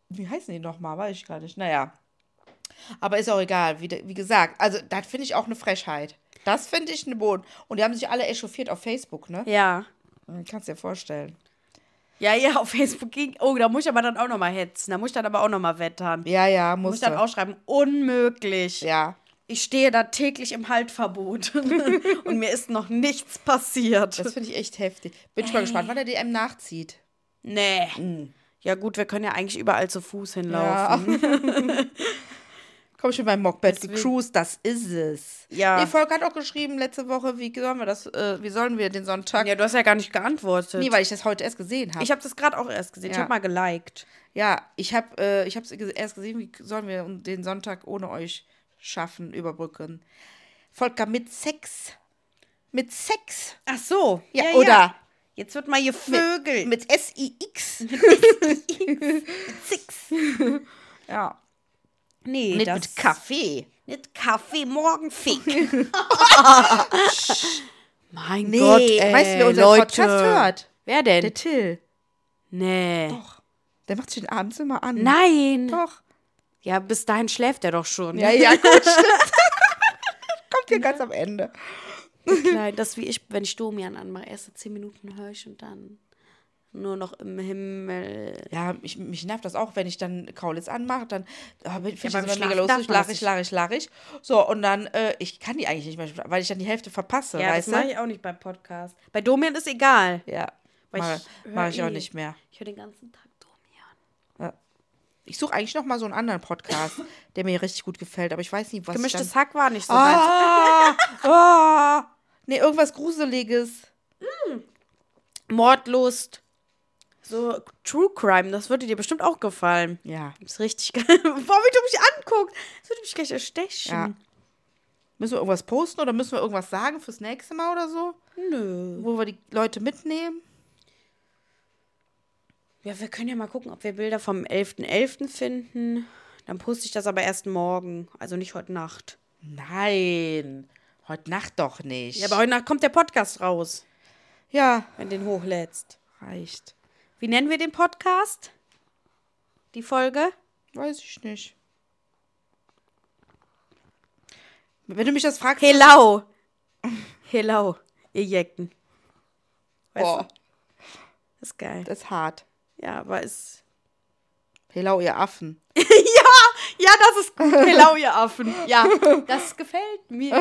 Speaker 2: Wie heißen die nochmal? Weiß ich gar nicht. Naja. Aber ist auch egal. Wie, de- wie gesagt, also das finde ich auch eine Frechheit. Das finde ich einen Boden. Und die haben sich alle echauffiert auf Facebook, ne?
Speaker 1: Ja.
Speaker 2: Kannst dir vorstellen.
Speaker 1: Ja, ja, auf Facebook ging. Oh, da muss ich aber dann auch nochmal hetzen. Da muss ich dann aber auch nochmal wettern.
Speaker 2: Ja, ja,
Speaker 1: Muss ich
Speaker 2: musste.
Speaker 1: dann auch schreiben, unmöglich.
Speaker 2: ja.
Speaker 1: Ich stehe da täglich im Haltverbot. Und mir ist noch nichts passiert.
Speaker 2: Das finde ich echt heftig. Bin ich mal gespannt, wann der DM nachzieht. Mm.
Speaker 1: nee. Ja, gut, wir können ja eigentlich überall zu Fuß hinlaufen.
Speaker 2: Komm ich mit meinem Mockbett. Die
Speaker 1: Deswegen-
Speaker 2: Cruise, das ist es.
Speaker 1: Ja.
Speaker 2: Die Volker hat auch geschrieben letzte Woche, wie sollen wir das, äh, wie sollen wir den Sonntag.
Speaker 1: Ja, du hast ja gar nicht geantwortet.
Speaker 2: Nee, weil ich das heute erst gesehen habe.
Speaker 1: ich habe das gerade auch erst gesehen. Ich habe
Speaker 2: Ja.
Speaker 1: mal geliked.
Speaker 2: Ja, ich habe äh, ich hab's ge- erst gesehen, wie sollen wir den Sonntag ohne euch schaffen, überbrücken. Volker, mit Sex. Mit Sex.
Speaker 1: Ach so.
Speaker 2: Ja, oder
Speaker 1: Jetzt wird mal hier Vögel.
Speaker 2: Mit S-I-X.
Speaker 1: Six.
Speaker 2: Ja.
Speaker 1: Nee,
Speaker 2: Nicht
Speaker 1: das
Speaker 2: mit Kaffee.
Speaker 1: Nicht Kaffee, morgen Fick. mein
Speaker 2: Nee,
Speaker 1: Gott, ey,
Speaker 2: weißt du, wer unseren
Speaker 1: Leute.
Speaker 2: Podcast hört?
Speaker 1: Wer denn?
Speaker 2: Der Till.
Speaker 1: nee.
Speaker 2: Doch. Der macht sich den abends immer an.
Speaker 1: Nein.
Speaker 2: Doch.
Speaker 1: Ja, bis dahin schläft er doch schon.
Speaker 2: Ja, ja, gut, stimmt. Kommt hier ganz am Ende.
Speaker 1: Klein, das ist wie ich, wenn ich Domian anmache. Erste zehn Minuten höre ich und dann nur noch im Himmel.
Speaker 2: Ja, mich, mich nervt das auch, wenn ich dann Kaulitz anmache, dann oh, finde ich das
Speaker 1: beim
Speaker 2: immer mega
Speaker 1: Schlafen darf
Speaker 2: lustig,
Speaker 1: man das
Speaker 2: lache ich, lache ich, lache ich. So, und dann, äh, ich kann die eigentlich nicht mehr, weil ich dann die Hälfte verpasse, weißt
Speaker 1: mach
Speaker 2: du?
Speaker 1: ich auch nicht beim Podcast. Bei Domian ist egal.
Speaker 2: Ja,
Speaker 1: Weil
Speaker 2: mache
Speaker 1: ich
Speaker 2: ich,
Speaker 1: hör
Speaker 2: mach ich auch
Speaker 1: eh-
Speaker 2: nicht mehr.
Speaker 1: Ich höre den ganzen Tag Domian.
Speaker 2: Ich suche eigentlich noch mal so einen anderen Podcast, der mir richtig gut gefällt, aber ich weiß nicht, was ich
Speaker 1: Gemischtes Hack war nicht so
Speaker 2: dann...
Speaker 1: weit.
Speaker 2: Ah, ah, nee, irgendwas Gruseliges.
Speaker 1: Mordlust. So True Crime, das würde dir bestimmt auch gefallen.
Speaker 2: Ja,
Speaker 1: Ist richtig geil. Boah, wie du mich anguckst. Das würde mich gleich erstechen.
Speaker 2: ja. Müssen wir irgendwas posten oder müssen wir irgendwas sagen fürs nächste Mal oder so?
Speaker 1: Nö.
Speaker 2: Wo wir die Leute mitnehmen?
Speaker 1: Ja, wir können ja mal gucken, ob wir Bilder vom 11.11. finden. Dann poste ich das aber erst morgen. Also nicht heute Nacht.
Speaker 2: Nein, heute Nacht doch nicht.
Speaker 1: Ja, aber heute Nacht kommt der Podcast raus,
Speaker 2: ja,
Speaker 1: wenn du den hochlädst.
Speaker 2: reicht.
Speaker 1: Wie nennen wir den Podcast? Die Folge?
Speaker 2: Weiß ich nicht. Wenn du mich das fragst,
Speaker 1: Helau. Helau, ihr Jecken. Weißt
Speaker 2: boah,
Speaker 1: du, ist geil.
Speaker 2: das ist hart.
Speaker 1: Ja, aber ist.
Speaker 2: Helau, ihr Affen.
Speaker 1: Ja, das ist gut. Helau, ihr Affen. Ja, das gefällt mir.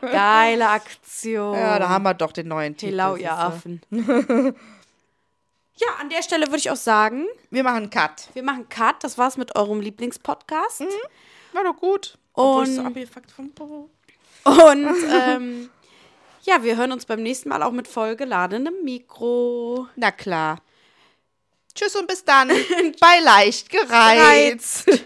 Speaker 1: Geile Aktion.
Speaker 2: Ja, da haben wir doch den neuen Titel.
Speaker 1: Oh. Helau,
Speaker 2: siehst
Speaker 1: ihr
Speaker 2: du.
Speaker 1: Affen. ja, an der Stelle würde ich auch sagen,
Speaker 2: Wir machen einen Cut.
Speaker 1: wir machen Cut. Das war's mit eurem Lieblingspodcast.
Speaker 2: Mhm. War doch gut. Obwohl ich so
Speaker 1: Und-
Speaker 2: abgefuckt vom Büro.
Speaker 1: Und ähm, ja, wir hören uns beim nächsten Mal auch mit vollgeladenem Mikro.
Speaker 2: Na klar. Tschüss und bis dann. Bei leicht gereizt.